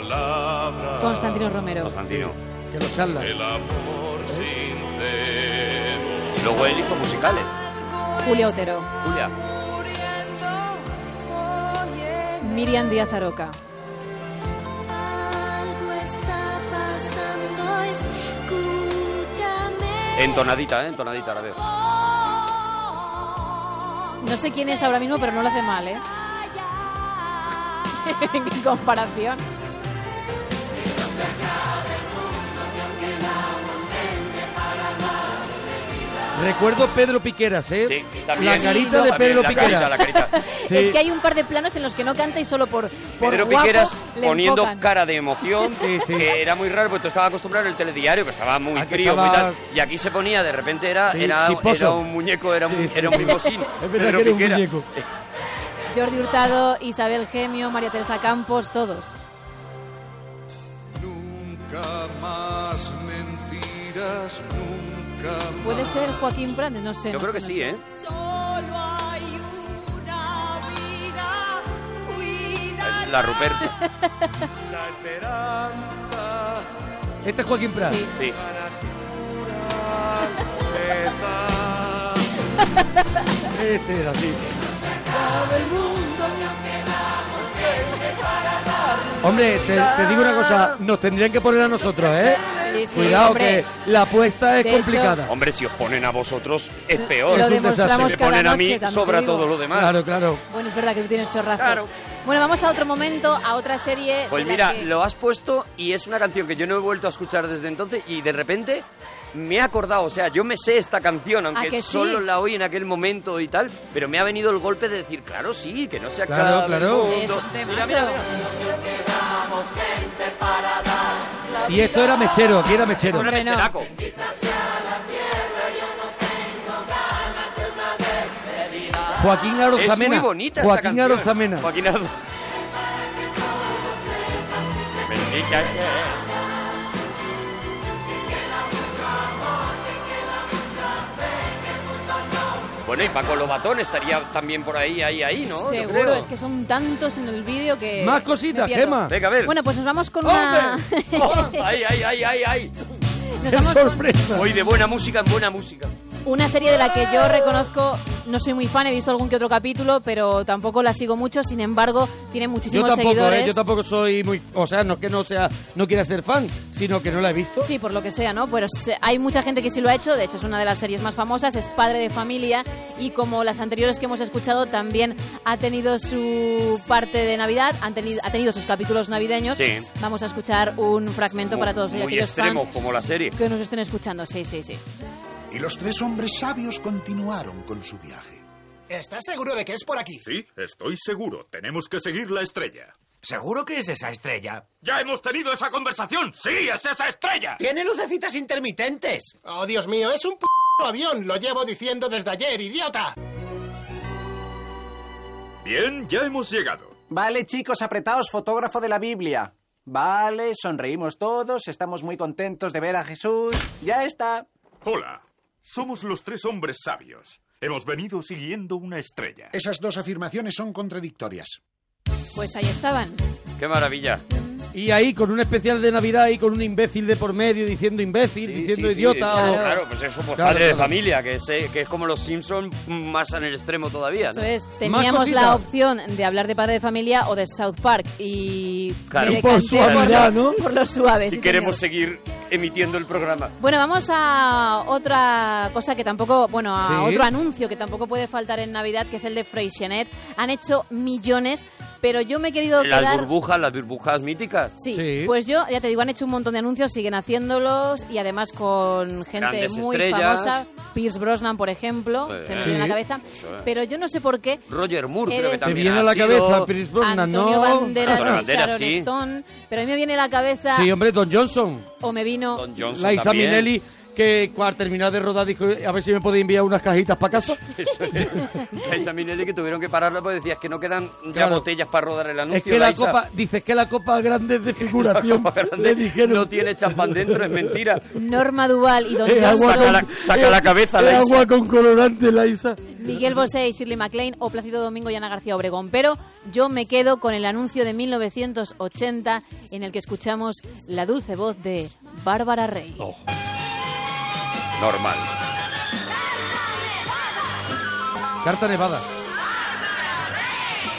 Speaker 3: Constantino Romero.
Speaker 4: Constantino.
Speaker 2: que lo charla?
Speaker 1: el amor sincero?
Speaker 4: Y luego él hizo musicales.
Speaker 3: Julia Otero.
Speaker 4: Julia.
Speaker 3: Miriam Díaz Aroca.
Speaker 20: Algo está pasando, escúchame.
Speaker 4: Entonadita, ¿eh? Entonadita, ahora veo.
Speaker 3: No sé quién es ahora mismo, pero no lo hace mal, ¿eh? en comparación.
Speaker 2: Recuerdo Pedro Piqueras, ¿eh?
Speaker 4: también.
Speaker 2: La carita de
Speaker 4: También,
Speaker 2: Pedro
Speaker 4: la
Speaker 2: Piqueras.
Speaker 4: carita, la carita.
Speaker 2: Sí.
Speaker 3: Es que hay un par de planos en los que no canta y solo por, por
Speaker 4: Pedro
Speaker 3: guapo
Speaker 4: Piqueras
Speaker 3: le
Speaker 4: poniendo
Speaker 3: enfocan.
Speaker 4: cara de emoción, que era muy raro porque tú estabas acostumbrado al telediario, que estaba muy
Speaker 2: Aquí
Speaker 4: frío, muy
Speaker 2: estaba-
Speaker 4: tal, y aquí se ponía, de repente era,
Speaker 2: Sí,
Speaker 4: era,
Speaker 2: chisposo.
Speaker 4: era un muñeco, era, un,
Speaker 2: Sí, sí,
Speaker 4: era un
Speaker 2: sí.
Speaker 4: bigosín.
Speaker 2: Es verdad
Speaker 4: Pedro
Speaker 2: que era
Speaker 4: Piqueras.
Speaker 2: un
Speaker 4: Eh,
Speaker 2: muñeco.
Speaker 3: Jordi Hurtado, Isabel Gemio, María Teresa Campos, todos.
Speaker 13: Nunca más mentiras, nunca más.
Speaker 3: Puede ser Joaquín Brandes, no sé.
Speaker 4: Yo
Speaker 3: no
Speaker 4: creo
Speaker 3: sé,
Speaker 4: que
Speaker 3: no
Speaker 4: sí,
Speaker 3: sé.
Speaker 4: ¿eh?
Speaker 20: Solo hay una vida, cuídala.
Speaker 4: La Ruperta.
Speaker 20: La esperanza.
Speaker 2: Este es Joaquín Prat.
Speaker 4: Sí.
Speaker 2: Este era así. Hombre, te, te digo una cosa, nos tendrían que poner a nosotros, ¿eh?
Speaker 3: Sí, sí,
Speaker 2: Cuidado
Speaker 3: hombre.
Speaker 2: que la apuesta es
Speaker 3: De hecho-
Speaker 2: complicada.
Speaker 4: Hombre, si os ponen a vosotros es
Speaker 3: Lo-
Speaker 4: peor.
Speaker 3: lo
Speaker 4: Si
Speaker 3: demostramos
Speaker 4: me
Speaker 3: cada
Speaker 4: ponen a
Speaker 3: noche,
Speaker 4: mí,
Speaker 3: también te
Speaker 4: sobra
Speaker 3: digo.
Speaker 4: todo lo demás.
Speaker 2: Claro, claro.
Speaker 3: Bueno, es verdad que tú tienes chorrazos. Bueno, vamos a otro momento, a otra serie.
Speaker 4: Pues
Speaker 3: de la
Speaker 4: mira,
Speaker 3: que-
Speaker 4: lo has puesto y es una canción que yo no he vuelto a escuchar desde entonces y de repente me he acordado, o sea, yo me sé esta canción, aunque
Speaker 3: que sí?
Speaker 4: solo la oí en aquel momento y tal, pero me ha venido el golpe de decir, claro, sí, que no se
Speaker 2: Claro,
Speaker 4: acaba
Speaker 2: claro.
Speaker 4: el mundo.
Speaker 2: Es un
Speaker 4: Mira, mira, mira.
Speaker 2: Y esto era mechero, aquí era mechero.
Speaker 4: Hombre, no. Mecheraco.
Speaker 2: Joaquín Arozamena.
Speaker 4: Es muy bonita esta
Speaker 2: Joaquín
Speaker 4: canción.
Speaker 2: Arozamena.
Speaker 4: Joaquín Arozamena. Bendita sea. Bueno, y Paco Lobatón estaría también por ahí, ahí, ahí, ¿no? Yo
Speaker 3: Seguro,
Speaker 4: creo.
Speaker 3: es que son tantos en el vídeo que.
Speaker 4: Más cositas,
Speaker 3: me pierdo.
Speaker 4: Gema. Venga, a ver.
Speaker 3: Bueno, pues nos vamos con una.
Speaker 4: ¡Ay, ay, ay, ay, ay!
Speaker 3: Nos vamos con
Speaker 4: Hoy de buena música en buena música.
Speaker 3: una serie de la que yo reconozco, no soy muy fan, he visto algún que otro capítulo, pero tampoco la sigo mucho. Sin embargo, tiene
Speaker 2: Yo
Speaker 3: muchísimos
Speaker 2: tampoco,
Speaker 3: seguidores.
Speaker 2: ¿eh? Yo tampoco soy muy... O sea, no es que no sea... No quiera ser fan, sino que no la he visto.
Speaker 3: Sí, por lo que sea, ¿no? Pero se- hay mucha gente que sí lo ha hecho, de hecho es una de las series más famosas, es padre de familia y como las anteriores que hemos escuchado también ha tenido su parte de Navidad, han tenido, ha tenido sus capítulos navideños.
Speaker 4: Sí.
Speaker 3: Vamos a escuchar un fragmento para todos
Speaker 4: Muy
Speaker 3: aquellos
Speaker 4: extremo,
Speaker 3: fans
Speaker 4: como la serie.
Speaker 3: que nos estén escuchando, sí, sí, sí.
Speaker 21: Y los tres hombres sabios continuaron con su viaje.
Speaker 22: ¿Estás seguro de que es por aquí?
Speaker 23: Sí, estoy seguro. Tenemos que seguir la estrella.
Speaker 22: ¿Seguro que es esa estrella?
Speaker 23: ¡Ya hemos tenido esa conversación! ¡Sí, es esa estrella!
Speaker 22: Tiene lucecitas intermitentes. Oh, Dios mío, es un p avión. Lo llevo diciendo desde ayer, idiota.
Speaker 23: Bien, ya hemos llegado.
Speaker 24: Vale, chicos, apretaos, fotógrafo de la Biblia. Vale, sonreímos todos, estamos muy contentos de ver a Jesús. Ya está.
Speaker 23: Hola, somos los tres hombres sabios. Hemos venido siguiendo una estrella.
Speaker 21: Esas dos afirmaciones son contradictorias.
Speaker 3: Pues ahí estaban.
Speaker 4: ¡Qué maravilla!
Speaker 2: Y ahí con un especial de Navidad y con un imbécil de por medio diciendo imbécil, diciendo
Speaker 4: Sí, sí,
Speaker 2: idiota
Speaker 4: claro,
Speaker 2: o...
Speaker 4: claro, pues eso, pues
Speaker 2: Claro,
Speaker 4: padre de
Speaker 2: claro.
Speaker 4: familia, que es, eh, que es como los Simpson más en el extremo todavía. ¿no?
Speaker 3: Eso es, teníamos
Speaker 4: cositas.
Speaker 3: la opción de hablar de padre de familia o de South Park y
Speaker 4: Claro.
Speaker 3: me
Speaker 4: Y por
Speaker 3: decanté
Speaker 4: suavidad,
Speaker 3: por, por lo suave.
Speaker 4: Y
Speaker 3: sí,
Speaker 4: queremos seguir emitiendo el programa.
Speaker 3: Bueno, vamos a otra cosa que tampoco, bueno, a
Speaker 4: Sí.
Speaker 3: otro anuncio que tampoco puede faltar en Navidad, que es el de Freixenet. Han hecho millones, pero yo me he querido
Speaker 4: Las
Speaker 3: quedar...
Speaker 4: burbujas, las burbujas míticas.
Speaker 3: Sí, pues yo, ya te digo, han hecho un montón de anuncios, siguen haciéndolos y además con gente
Speaker 4: Grandes
Speaker 3: muy
Speaker 4: estrellas.
Speaker 3: famosa. Pierce Brosnan, por ejemplo,
Speaker 4: Eh,
Speaker 3: se me viene a la
Speaker 4: sí.
Speaker 3: cabeza.
Speaker 4: Eso es.
Speaker 3: Pero yo no sé por qué
Speaker 4: Roger Moore,
Speaker 3: Eres-
Speaker 4: creo que
Speaker 3: Te
Speaker 4: también.
Speaker 2: viene a
Speaker 4: ha
Speaker 2: la
Speaker 4: sido-
Speaker 2: cabeza Pierce Brosnan,
Speaker 3: Antonio
Speaker 2: ¿no?
Speaker 3: Banderas
Speaker 4: Antonio
Speaker 3: y
Speaker 4: Banderas,
Speaker 3: Sharon
Speaker 4: sí.
Speaker 3: Stone, pero a mí me viene a la cabeza
Speaker 2: Sí, hombre, Don Johnson.
Speaker 3: o me vino...
Speaker 4: Johnson
Speaker 2: La Isa
Speaker 4: también.
Speaker 2: Minelli, que al terminar de rodar dijo, a ver si me podéis enviar unas cajitas para casa.
Speaker 4: Eso es. Esa Minelli que tuvieron que pararla porque decías que no quedan ya
Speaker 2: Claro.
Speaker 4: botellas para rodar el anuncio.
Speaker 2: Es que la
Speaker 4: Isa.
Speaker 2: copa, dices que la copa grande es de figuración. Le dijeron.
Speaker 4: No tiene champán dentro, es mentira.
Speaker 3: Norma Duval y Don
Speaker 2: Es Eh, agua
Speaker 3: Johnson,
Speaker 4: Saca la, saca la cabeza,
Speaker 2: es
Speaker 4: la Isa.
Speaker 2: agua con colorante, la Isa.
Speaker 3: Miguel Bosé y Shirley MacLaine o Plácido Domingo y Ana García Obregón. Pero yo me quedo con el anuncio de 1980 en el que escuchamos la dulce voz de Bárbara Rey.
Speaker 4: Oh. Normal.
Speaker 2: Carta Nevada.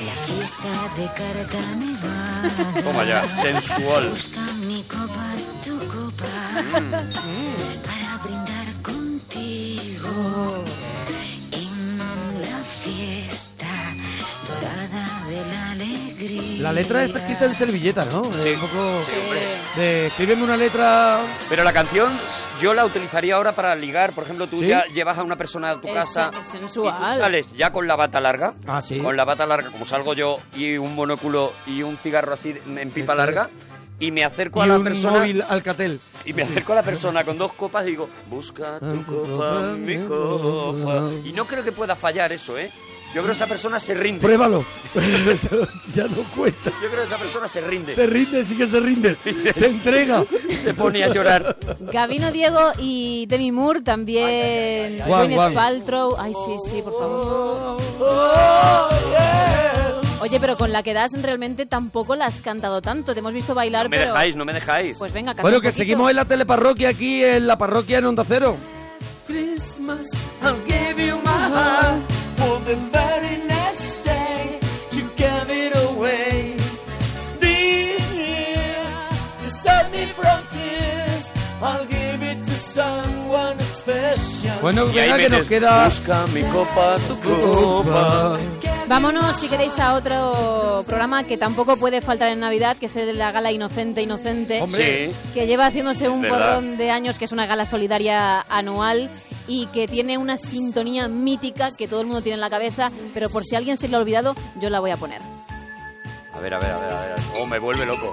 Speaker 20: La fiesta de carta nevada.
Speaker 4: Toma ya, sensual.
Speaker 20: Busca mi copa, tu copa.
Speaker 1: Mm.
Speaker 20: Para brindar contigo. En la fiesta dorada de la alegría.
Speaker 2: La letra está escrita en servilleta, ¿no? Es un poco-
Speaker 3: Eh,
Speaker 4: Sí, hombre.
Speaker 2: De escríbeme una letra.
Speaker 4: Pero la canción yo la utilizaría ahora para ligar. Por ejemplo, tú
Speaker 2: ¿Sí?
Speaker 4: ya llevas a una persona a tu
Speaker 3: Es-
Speaker 4: casa.
Speaker 3: es
Speaker 4: Y
Speaker 3: sensual.
Speaker 4: tú sales ya con la bata larga.
Speaker 2: Ah, sí.
Speaker 4: Con la bata larga, como salgo yo, y un monóculo y un cigarro así en pipa
Speaker 2: Eso es.
Speaker 4: larga. Y me acerco
Speaker 2: Y
Speaker 4: a la
Speaker 2: un
Speaker 4: persona.
Speaker 2: móvil Alcatel.
Speaker 4: Y me acerco a la persona con dos copas y digo, busca
Speaker 2: Ah,
Speaker 4: tu copa, mi copa. Y no creo que pueda fallar eso, ¿eh? Yo creo que esa persona se rinde.
Speaker 2: Pruébalo. ya no cuenta.
Speaker 4: Yo creo que esa persona se rinde.
Speaker 2: Se rinde, sí que se rinde. Se entrega.
Speaker 4: Se pone a llorar.
Speaker 3: Gabino Diego y Demi Moore también.
Speaker 2: ay, ay. Guau,
Speaker 3: Gwyneth
Speaker 2: guau.
Speaker 3: Paltrow. Ay, sí, sí, por favor. Oye, pero con la que das realmente tampoco la has cantado tanto. Te hemos visto bailar,
Speaker 4: No me
Speaker 3: pero.
Speaker 4: dejáis, no me dejáis.
Speaker 3: Pues venga, canta
Speaker 2: Bueno,
Speaker 3: un
Speaker 2: que
Speaker 3: poquito.
Speaker 2: seguimos en la teleparroquia aquí, en la parroquia en Onda Cero.
Speaker 1: Christmas, I'll give you my heart for the very next day to give it away. This year, to save me from tears, I'll give it to someone special.
Speaker 2: Bueno,
Speaker 4: Y ahí
Speaker 2: venga, que
Speaker 4: metes,
Speaker 2: nos queda.
Speaker 4: Busca mi copa, tu copa.
Speaker 3: Vámonos, si queréis, a otro programa que tampoco puede faltar en Navidad, que es el de la gala Inocente, Inocente.
Speaker 4: Hombre.
Speaker 3: Que lleva haciéndose un
Speaker 4: Es verdad.
Speaker 3: porrón de años, que es una gala solidaria anual y que tiene una sintonía mítica que todo el mundo tiene en la cabeza, pero por si a alguien se le ha olvidado, yo la voy a poner.
Speaker 4: A ver, a ver, a ver, a ver. Oh, me vuelve loco.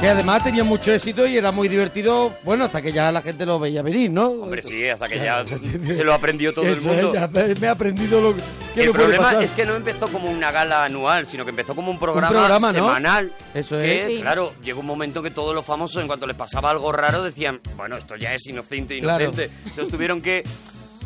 Speaker 2: Que además tenía mucho éxito y era muy divertido. Bueno, hasta que ya la gente lo veía venir, ¿no?
Speaker 4: Hombre, sí, hasta que ya se lo aprendió todo el
Speaker 2: Eso
Speaker 4: mundo.
Speaker 2: es, ya me me he aprendido lo que. ¿qué
Speaker 4: El
Speaker 2: me puede
Speaker 4: problema
Speaker 2: pasar?
Speaker 4: es que no empezó como una gala anual, sino que empezó como un programa,
Speaker 2: programa, ¿no?
Speaker 4: semanal.
Speaker 2: Eso
Speaker 4: que,
Speaker 2: es. Sí.
Speaker 4: Claro, llegó un momento que todos los famosos, en cuanto les pasaba algo raro, decían, bueno, esto ya es inocente,
Speaker 2: Claro.
Speaker 4: inocente. Entonces tuvieron que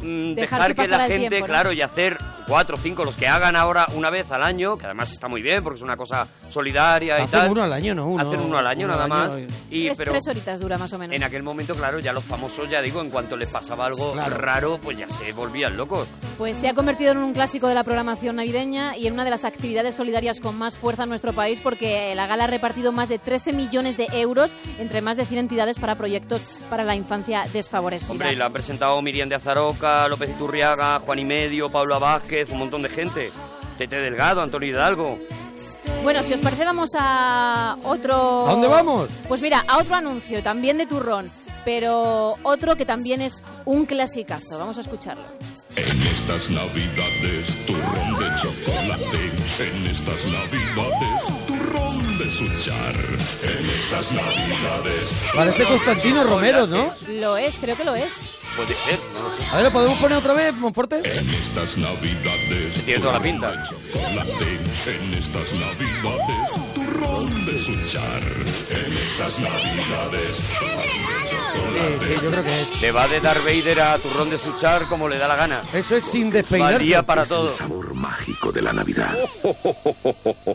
Speaker 4: mm,
Speaker 3: Dejar
Speaker 4: dejar,
Speaker 3: que
Speaker 4: que, la
Speaker 3: pasara el
Speaker 4: gente,
Speaker 3: tiempo, ¿no?
Speaker 4: claro, y hacer cuatro o cinco, los que hagan ahora una vez al año, que además está muy bien porque es una cosa solidaria y
Speaker 2: Hacen
Speaker 4: tal.
Speaker 2: uno al año, ¿no? Uno-
Speaker 4: Hacen uno al año
Speaker 2: uno
Speaker 4: nada
Speaker 2: al
Speaker 4: más.
Speaker 2: año
Speaker 4: Y,
Speaker 3: tres,
Speaker 4: pero
Speaker 3: tres horitas dura más o menos.
Speaker 4: en aquel momento, claro, ya los famosos, ya digo, en cuanto les pasaba algo
Speaker 2: Claro.
Speaker 4: raro, pues ya se volvían locos.
Speaker 3: Pues se ha convertido en un clásico de la programación navideña y en una de las actividades solidarias con más fuerza en nuestro país porque la gala ha repartido más de 13 millones de euros entre más de 100 entidades para proyectos para la infancia desfavorecida.
Speaker 4: Hombre, y la han presentado Miriam de Azaroca, López Iturriaga, Juan y Medio, Pablo Vázquez, un montón de gente. Tete Delgado, Antonio Hidalgo.
Speaker 3: Bueno, si os parece vamos a otro...
Speaker 4: ¿A dónde vamos?
Speaker 3: Pues mira, a otro anuncio, también de turrón, pero otro que también es un clasicazo. Vamos a escucharlo.
Speaker 5: En estas navidades, turrón de chocolate. En estas navidades, turrón de suchar. En estas navidades.
Speaker 2: Parece Constantino Romero, ¿no?
Speaker 3: Lo es, creo que lo es.
Speaker 4: Puede ser, no lo sé.
Speaker 2: A ver, ¿lo podemos poner otra vez, Monforte?
Speaker 4: Eh,
Speaker 5: En estas navidades.
Speaker 4: Tiene toda la
Speaker 5: turrón
Speaker 4: pinta.
Speaker 5: de chocolate. En estas navidades, turrón de suchar. En estas navidades.
Speaker 2: yo creo que
Speaker 4: Le va de Darth Vader a Turrón de Suchar como le da la gana.
Speaker 2: Eso es sin despeinarse.
Speaker 4: Valía para
Speaker 5: Es el
Speaker 4: todo.
Speaker 5: sabor mágico de la Navidad.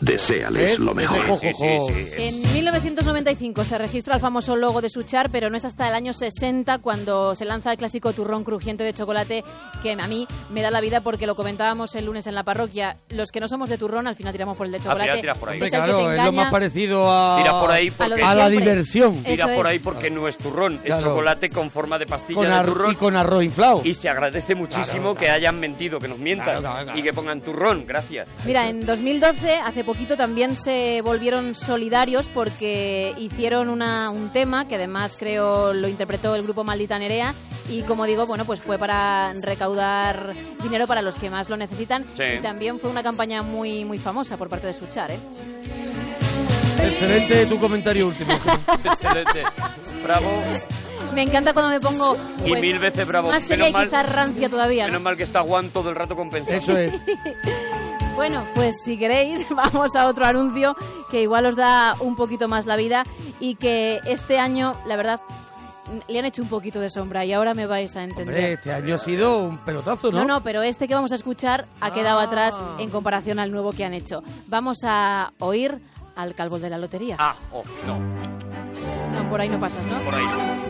Speaker 5: Deseales
Speaker 4: ¿Ves?
Speaker 5: lo mejor.
Speaker 4: Sí, sí, sí, sí.
Speaker 3: En 1995 se registra el famoso logo de Suchar, pero no es hasta el año 60 cuando se lanza el clásico turrón crujiente de chocolate que a mí me da la vida porque lo comentábamos el lunes en la parroquia. Los que no somos de turrón al final tiramos por el de chocolate.
Speaker 4: tiras por ahí.
Speaker 3: Es
Speaker 2: Hombre,
Speaker 3: el que te
Speaker 2: claro, es lo
Speaker 3: engaña.
Speaker 2: más parecido a.
Speaker 4: Tira por ahí
Speaker 3: A lo de
Speaker 4: porque...
Speaker 2: A la
Speaker 3: siempre.
Speaker 2: diversión.
Speaker 3: Eso
Speaker 4: Tira por
Speaker 3: es.
Speaker 4: ahí porque no es turrón, es
Speaker 2: Claro.
Speaker 4: chocolate con forma de pastilla
Speaker 2: Con
Speaker 4: de
Speaker 2: ar-
Speaker 4: turrón.
Speaker 2: y con arroz inflado.
Speaker 4: Y se agradece muchísimo que hayan mentido, que nos mientan
Speaker 2: Claro, claro, claro.
Speaker 4: y que pongan turrón, gracias.
Speaker 3: Mira, en 2012, hace poquito, también se volvieron solidarios porque hicieron una- un tema que además creo lo interpretó el grupo Maldita Nerea y como digo, bueno, pues fue para recaudar dinero para los que más lo necesitan
Speaker 4: Sí.
Speaker 3: y también fue una campaña muy muy famosa por parte de Suchar, ¿eh?
Speaker 2: Excelente tu comentario último.
Speaker 4: Excelente. Bravo.
Speaker 3: Me encanta cuando me pongo
Speaker 4: Y
Speaker 3: pues,
Speaker 4: mil veces bravo.
Speaker 3: más seria
Speaker 4: Menos
Speaker 3: y
Speaker 4: mal-
Speaker 3: quizás rancia todavía. ¿no?
Speaker 4: Menos mal que está Juan todo el rato compensando.
Speaker 2: Eso es.
Speaker 3: Bueno, pues si queréis, vamos a otro anuncio que igual os da un poquito más la vida y que este año, la verdad, le han hecho un poquito de sombra y ahora me vais a entender.
Speaker 2: Hombre, este año ha sido un pelotazo, ¿no? Ah.
Speaker 3: no, no, pero este que vamos a escuchar ha quedado atrás en comparación al nuevo que han hecho. Vamos a oír
Speaker 2: Ah.
Speaker 3: al calvo de la lotería.
Speaker 4: Ah, oh, no,
Speaker 3: No, por ahí no pasas, ¿no?
Speaker 4: por ahí. no.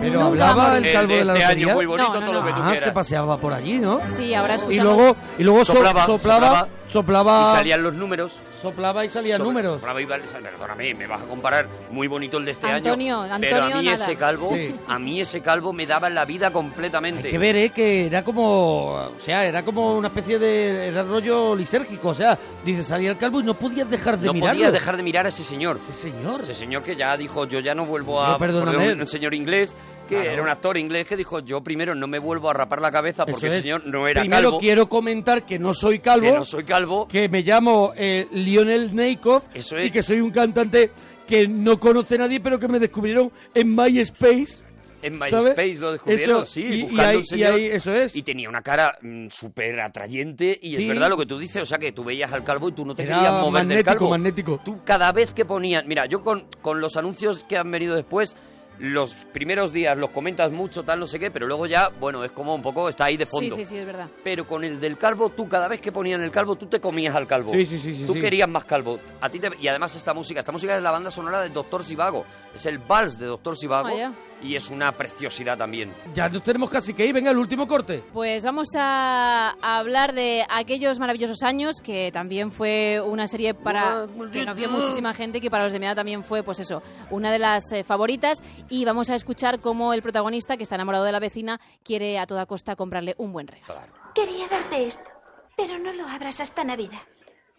Speaker 2: Pero
Speaker 3: Nunca
Speaker 2: hablaba
Speaker 3: jamás.
Speaker 2: el
Speaker 4: Eh,
Speaker 2: calvo
Speaker 4: de
Speaker 2: de la
Speaker 4: este
Speaker 2: lotería.
Speaker 4: año, muy bonito, No, no, todo lo no. que tú
Speaker 2: Ah, se
Speaker 4: quieras.
Speaker 2: paseaba por allí, ¿no?
Speaker 3: Sí, ahora
Speaker 2: Y
Speaker 3: escuchamos.
Speaker 2: luego, y luego so-
Speaker 4: Soplaba,
Speaker 2: soplaba,
Speaker 4: soplaba.
Speaker 2: soplaba,
Speaker 4: Y salían los números.
Speaker 2: Soplaba y salían números.
Speaker 4: Soplaba y- perdóname, me vas a comparar muy bonito el de este
Speaker 3: Antonio,
Speaker 4: año.
Speaker 3: Antonio,
Speaker 4: pero a mí
Speaker 3: nada.
Speaker 4: ese calvo,
Speaker 2: Sí.
Speaker 4: a mí ese calvo me daba la vida completamente.
Speaker 2: Hay que ver, ¿eh? Que era como. O sea, era como una especie de. Era rollo lisérgico. O sea, dices, salía el calvo y no podías dejar de
Speaker 4: no
Speaker 2: mirarlo.
Speaker 4: podías dejar de mirar a ese señor. Ese
Speaker 2: señor.
Speaker 4: Ese señor que ya dijo, yo ya no vuelvo
Speaker 2: Yo,
Speaker 4: a...
Speaker 2: perdóname.
Speaker 4: porque Un, un señor inglés, que
Speaker 2: Claro.
Speaker 4: era un actor inglés, que dijo, yo primero no me vuelvo a rapar la cabeza porque
Speaker 2: Eso
Speaker 4: el
Speaker 2: es.
Speaker 4: señor no era
Speaker 2: Primero
Speaker 4: calvo.
Speaker 2: quiero comentar que no soy calvo.
Speaker 4: Que no soy calvo.
Speaker 2: Que me llamo eh, Lionel Neikov. Y que soy un cantante que no conoce nadie, pero que me descubrieron en MySpace.
Speaker 4: En
Speaker 2: ¿sabes?
Speaker 4: MySpace lo descubrieron,
Speaker 2: Eso,
Speaker 4: sí,
Speaker 2: y- y
Speaker 4: buscando
Speaker 2: ahí-
Speaker 4: un
Speaker 2: y
Speaker 4: señor.
Speaker 2: ahí, eso es.
Speaker 4: Y tenía una cara mm, súper atrayente y es
Speaker 2: Sí.
Speaker 4: verdad lo que tú dices, o sea que tú veías al calvo y tú no te querías
Speaker 2: Era
Speaker 4: mover del
Speaker 2: magnético,
Speaker 4: calvo.
Speaker 2: magnético.
Speaker 4: Tú cada vez que ponías, mira, yo con, con los anuncios que han venido después, los primeros días los comentas mucho, tal, no sé qué, pero luego ya, bueno, es como un poco, está ahí de
Speaker 3: Sí,
Speaker 4: fondo.
Speaker 3: sí, sí, es verdad.
Speaker 4: Pero con el del calvo, tú cada vez que ponían el calvo, tú te comías al calvo.
Speaker 2: Sí, sí, sí, sí,
Speaker 4: Tú
Speaker 2: sí.
Speaker 4: querías más calvo. A ti te- Y además esta música, esta música es la banda sonora de Doctor Sivago. Es el vals de Doctor Sivago.
Speaker 3: Vaya.
Speaker 4: Y es una preciosidad también.
Speaker 2: Ya nos tenemos casi que ir. Venga, el último corte.
Speaker 3: Pues vamos a hablar de aquellos maravillosos años que también fue una serie para que nos vio muchísima gente que para los de mi edad también fue pues eso una de las eh, favoritas y vamos a escuchar cómo el protagonista que está enamorado de la vecina quiere a toda costa comprarle un buen regalo.
Speaker 6: Quería darte esto, pero no lo abras hasta Navidad,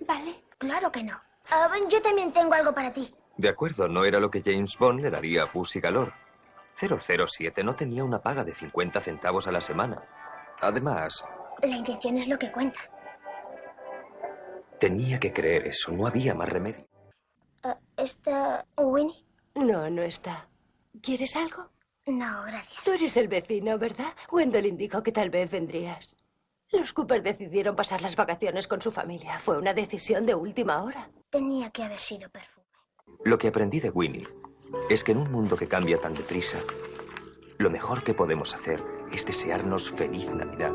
Speaker 6: ¿vale? Claro que no. yo también tengo algo para ti.
Speaker 7: De acuerdo, no era lo que James Bond le daría a Pussy Galore. 007 no tenía una paga de 50 centavos a la semana. Además,
Speaker 6: La intención es lo que cuenta.
Speaker 7: tenía que creer eso, no había más remedio.
Speaker 6: ¿Está Winnie? No, no está. ¿Quieres algo? No, gracias. Tú eres el vecino, ¿verdad? Wendolyn dijo que tal vez vendrías. Los Cooper decidieron pasar las vacaciones con su familia. Fue una decisión de última hora. Tenía que haber sido perfume.
Speaker 7: Lo que aprendí de Winnie es que en un mundo que cambia tan deprisa, lo mejor que podemos hacer es desearnos feliz Navidad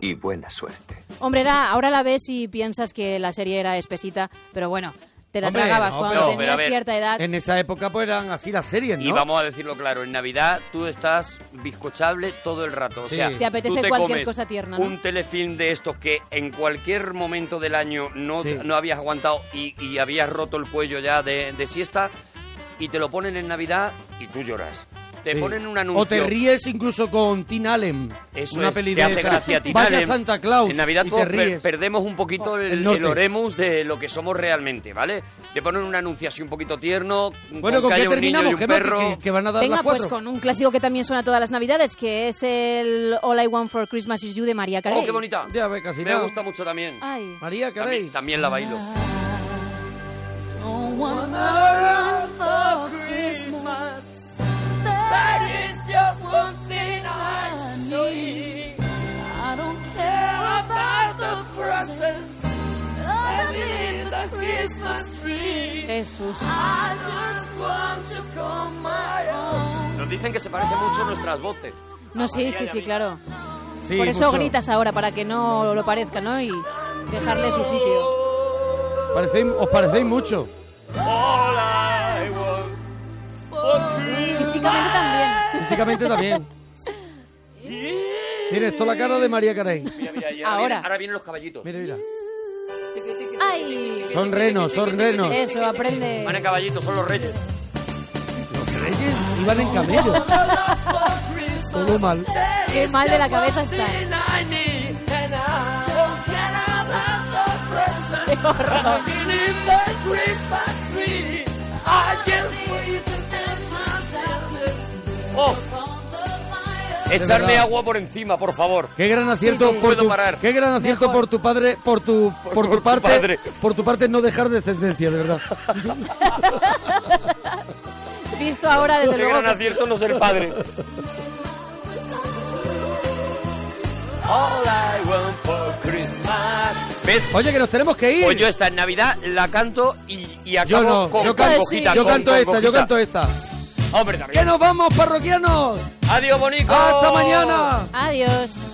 Speaker 7: y buena suerte.
Speaker 3: Hombre, era, ahora la ves y piensas que la serie era espesita, pero bueno, te la
Speaker 2: Hombre,
Speaker 3: tragabas
Speaker 2: no,
Speaker 3: cuando
Speaker 2: pero-
Speaker 4: pero a
Speaker 3: tenías
Speaker 4: ver,
Speaker 3: cierta edad.
Speaker 2: En esa época pues eran así las series, ¿no?
Speaker 4: Y vamos a decirlo claro, en Navidad tú estás bizcochable todo el rato. O
Speaker 2: Sí.
Speaker 4: sea,
Speaker 2: Te
Speaker 3: apetece
Speaker 4: tú te
Speaker 3: cualquier
Speaker 4: comes
Speaker 3: cosa tierna, ¿no?
Speaker 4: Un telefilm de estos que en cualquier momento del año no,
Speaker 2: Sí.
Speaker 4: no habías aguantado y, y habías roto el cuello ya de, de siesta y te lo ponen en Navidad y tú lloras. Te
Speaker 2: Sí.
Speaker 4: ponen un anuncio.
Speaker 2: O te ríes incluso con Tin Allen.
Speaker 4: Eso
Speaker 2: una
Speaker 4: es,
Speaker 2: peli
Speaker 4: te
Speaker 2: de
Speaker 4: hace
Speaker 2: esa.
Speaker 4: gracia a ti,
Speaker 2: Vaya
Speaker 4: Allen.
Speaker 2: Santa Claus.
Speaker 4: En Navidad
Speaker 2: y te
Speaker 4: todos per-
Speaker 2: ríes.
Speaker 4: perdemos un poquito el,
Speaker 2: El norte.
Speaker 4: el oremus de lo que somos realmente, ¿vale? Te ponen un anuncio así un poquito tierno,
Speaker 2: Bueno, ¿con
Speaker 4: que
Speaker 2: qué
Speaker 4: haya un niño y
Speaker 2: terminamos,
Speaker 4: un
Speaker 2: Gemma? Que-
Speaker 4: perro... Oh,
Speaker 2: Que, que van a dar
Speaker 3: Venga,
Speaker 2: las cuatro.
Speaker 3: pues con un clásico que también suena todas las navidades, que es el All I Want for Christmas Is You de María Carey.
Speaker 4: ¡Oh, qué bonita!
Speaker 2: Ya ve, casi
Speaker 4: Me
Speaker 2: nada.
Speaker 4: gusta mucho también.
Speaker 3: Ay.
Speaker 2: María, ¿qué
Speaker 4: También, también la bailo.
Speaker 1: for Christmas. That is just one thing I need. I don't care about the presents underneath the Christmas tree.
Speaker 3: Jesús.
Speaker 1: I just want to come my own.
Speaker 4: Nos dicen que se parece mucho nuestras voces.
Speaker 3: No, sí, sí, sí, claro.
Speaker 4: Sí,
Speaker 3: Por eso
Speaker 4: mucho.
Speaker 3: gritas ahora, para que no lo parezca, ¿no? Y dejarle su sitio.
Speaker 2: Parecéis- os parecéis mucho.
Speaker 1: All I want for
Speaker 3: Físicamente también.
Speaker 2: Físicamente también. Tienes toda la cara de María Carey.
Speaker 4: Mira, mira, y
Speaker 3: Ahora.
Speaker 4: vienen- ahora vienen los caballitos.
Speaker 2: Mira, mira.
Speaker 3: ¡Ay!
Speaker 2: Son renos, son renos.
Speaker 3: Eso, aprende.
Speaker 4: Van en caballitos, son los reyes.
Speaker 2: Reyes iban en camello. Todo mal.
Speaker 3: Qué mal de la cabeza está.
Speaker 4: ¡Oh! Echarme
Speaker 2: verdad.
Speaker 4: agua por encima, por favor.
Speaker 2: Qué gran acierto
Speaker 4: Sí, sí.
Speaker 2: por
Speaker 4: Puedo
Speaker 2: tu
Speaker 4: parar.
Speaker 2: qué gran acierto por tu padre, por tu por, tu parte,
Speaker 4: padre.
Speaker 2: por tu parte no dejar descendencia, de verdad.
Speaker 3: Visto ahora desde
Speaker 4: Qué
Speaker 3: luego. pues,
Speaker 4: gran
Speaker 3: que sí.
Speaker 4: acierto no ser padre. All I want for Christmas. ¿Ves?
Speaker 2: Oye, que nos tenemos que ir.
Speaker 4: Pues yo esta en Navidad la canto y, y
Speaker 2: Yo
Speaker 4: acabo
Speaker 2: no,
Speaker 4: con
Speaker 2: yo
Speaker 4: con
Speaker 2: canto,
Speaker 4: cojita,
Speaker 2: yo
Speaker 4: con-
Speaker 2: canto
Speaker 4: con
Speaker 2: esta, yo
Speaker 4: cojita.
Speaker 2: canto esta.
Speaker 4: Hombre,
Speaker 2: ¡Que nos vamos, parroquianos!
Speaker 4: Adiós, bonito.
Speaker 2: ¡Hasta mañana!
Speaker 3: Adiós.